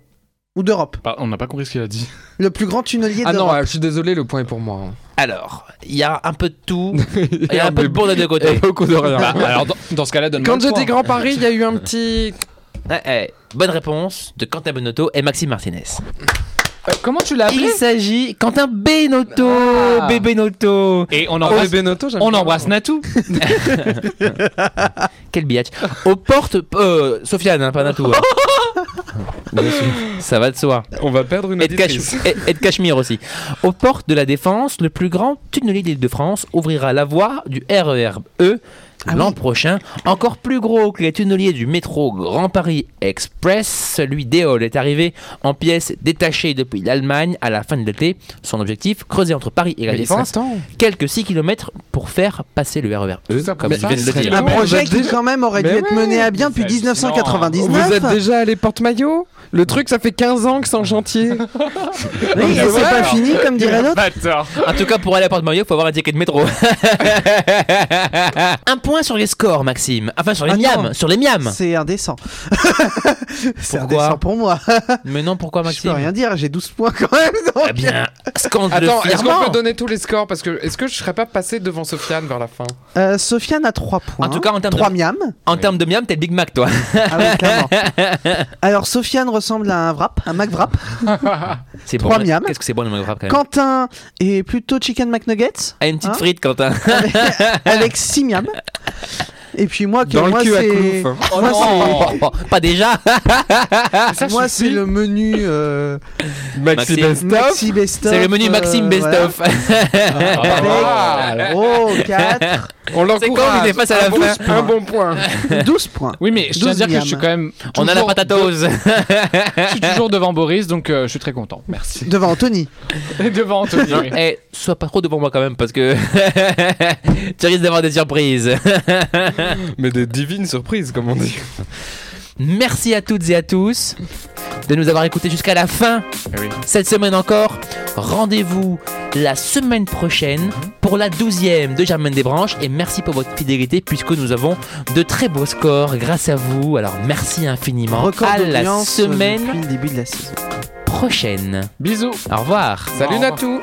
Speaker 1: Ou d'Europe.
Speaker 6: Bah, On n'a pas compris ce qu'il a dit.
Speaker 1: Le plus grand tunnelier
Speaker 3: Ah non,
Speaker 1: d'Europe.
Speaker 3: euh, je suis désolé, le point est pour moi. hein.
Speaker 2: Alors, il y a un peu de (laughs) tout, il y a un peu de bon des deux
Speaker 3: Il y a
Speaker 2: côtés.
Speaker 3: beaucoup de rien.
Speaker 6: Bah, alors dans, dans ce cas-là, donne
Speaker 3: Quand je dis Grand Paris, il y a eu un petit
Speaker 2: Ouais, ouais. Eh, Bonne réponse de Quentin Benotto et Maxime Martinez.
Speaker 3: euh,
Speaker 6: comment tu l'as
Speaker 2: Il s'agit Quentin Benotto, Benotto.
Speaker 6: Et on
Speaker 3: Oh,
Speaker 6: embrasse,
Speaker 3: Benotto, j'aime
Speaker 6: on
Speaker 3: bien.
Speaker 6: embrasse Natou.
Speaker 2: Quel biatch. Aux portes, euh, Sofiane, hein, pas Natou. hein. (laughs) Bien sûr, Ça va de soi.
Speaker 3: On va perdre
Speaker 2: (laughs)
Speaker 3: une
Speaker 2: Et de,
Speaker 3: auditrice.
Speaker 2: Cach- et- et de Cachemire aussi. Aux portes de la Défense, le plus grand tunnelier d'Île-de-France ouvrira la voie du RER E
Speaker 3: Ah
Speaker 2: l'an prochain. Encore plus gros que les tunneliers du métro Grand Paris Express, celui d'Éole est arrivé en pièces détachées depuis l'Allemagne à la fin de l'été. Son objectif, creuser entre Paris et la
Speaker 3: Mais
Speaker 2: Défense
Speaker 3: attends.
Speaker 2: quelques 6 km pour faire passer le RER E,
Speaker 3: Tout ça pour
Speaker 2: comme je
Speaker 3: ça,
Speaker 2: viens de
Speaker 3: ce
Speaker 2: le
Speaker 3: serait
Speaker 2: dire.
Speaker 3: la-
Speaker 1: Un
Speaker 3: Ouais,
Speaker 1: projet
Speaker 3: vous êtes
Speaker 1: qui
Speaker 3: déjà-
Speaker 1: quand même aurait dû
Speaker 3: Mais
Speaker 1: être
Speaker 3: ouais.
Speaker 1: mené à bien depuis
Speaker 6: Vous êtes- non.
Speaker 3: Vous
Speaker 1: 1999.
Speaker 3: êtes déjà allé porte-maillot Le truc, ça fait 15 ans que c'est en chantier.
Speaker 1: Oui, et c'est pas fini, comme dirait l'autre.
Speaker 6: (laughs)
Speaker 2: Ah, En tout cas, pour aller à Porte-Maillot, faut avoir un ticket de
Speaker 3: (laughs)
Speaker 2: métro. un point sur les scores, Maxime. Enfin, sur les
Speaker 1: Ah non.
Speaker 2: miams. Sur les miams.
Speaker 1: C'est indécent. (laughs) c'est
Speaker 2: Pourquoi
Speaker 1: indécent pour moi.
Speaker 2: Mais non, pourquoi,
Speaker 1: Je peux
Speaker 2: Maxime
Speaker 1: rien dire, j'ai 12 points quand même. donc-
Speaker 2: Eh bien, scandaleux.
Speaker 3: Attends, est-ce qu'on
Speaker 2: fièrement.
Speaker 3: peut donner tous les scores Parce que est-ce que je serais pas passé devant Sofiane vers la fin
Speaker 1: Euh, Sofiane a 3 points.
Speaker 2: En tout cas, en termes de-
Speaker 1: 3 miams.
Speaker 2: En termes de miam, t'es le Big Mac, toi.
Speaker 1: Ah oui,
Speaker 2: (laughs)
Speaker 1: clairement. Alors, Sofiane ressemble à un wrap, un McWrap.
Speaker 2: C'est
Speaker 1: Trois
Speaker 2: bon.
Speaker 1: miams.
Speaker 2: Qu'est-ce que c'est bon, le McWrap, quand même
Speaker 1: Quentin est plutôt Chicken McNuggets.
Speaker 2: Ah, une petite
Speaker 1: Hein
Speaker 2: frite, Quentin. (laughs)
Speaker 1: avec 6 miams. Et puis moi, que
Speaker 3: Dans le
Speaker 1: moi
Speaker 3: cul à
Speaker 1: c'est.
Speaker 2: hein.
Speaker 3: Clouf.
Speaker 1: moi, c'est-
Speaker 2: Oh, pas déjà
Speaker 3: Ah,
Speaker 2: Ah,
Speaker 1: Moi, c'est le menu euh,
Speaker 2: (laughs) Maxime.
Speaker 1: Maxi Best of.
Speaker 2: C'est le menu
Speaker 1: euh,
Speaker 2: Maxime Best
Speaker 1: voilà.
Speaker 2: of.
Speaker 6: Eh,
Speaker 3: Ah,
Speaker 1: Avec- Oh, 4,
Speaker 3: On
Speaker 2: C'est quand on
Speaker 3: l'encourage.
Speaker 2: était face à la
Speaker 3: un, bon,
Speaker 2: douze
Speaker 3: un bon point.
Speaker 1: 12
Speaker 2: (laughs)
Speaker 1: points.
Speaker 6: Oui, mais je tiens à
Speaker 1: 12
Speaker 6: dire que je suis
Speaker 1: miams.
Speaker 6: quand même.
Speaker 2: (laughs) On a la
Speaker 6: toujours de-
Speaker 2: patatose. (laughs)
Speaker 6: Je suis toujours devant Boris, donc euh, je suis très content. Merci.
Speaker 1: Devant Anthony.
Speaker 6: Et (laughs) devant (laughs) Anthony. oui.
Speaker 2: Eh, sois pas trop devant moi quand même parce que (laughs) tu risques d'avoir des surprises. (laughs)
Speaker 3: Mais des divines surprises, comme on dit.
Speaker 2: Merci à toutes et à tous de nous avoir écoutés jusqu'à la fin
Speaker 6: Eh
Speaker 2: cette semaine encore. Rendez-vous la semaine
Speaker 1: Mhm.
Speaker 2: prochaine pour la douzième de Germaine des Branches et merci pour votre fidélité puisque nous avons de très beaux scores grâce à vous. Alors merci infiniment.
Speaker 1: Record
Speaker 2: à la
Speaker 1: d'audience euh,
Speaker 2: semaine
Speaker 1: depuis le début de la saison.
Speaker 2: prochaine.
Speaker 6: Bisous.
Speaker 2: Au revoir.
Speaker 3: Salut Natou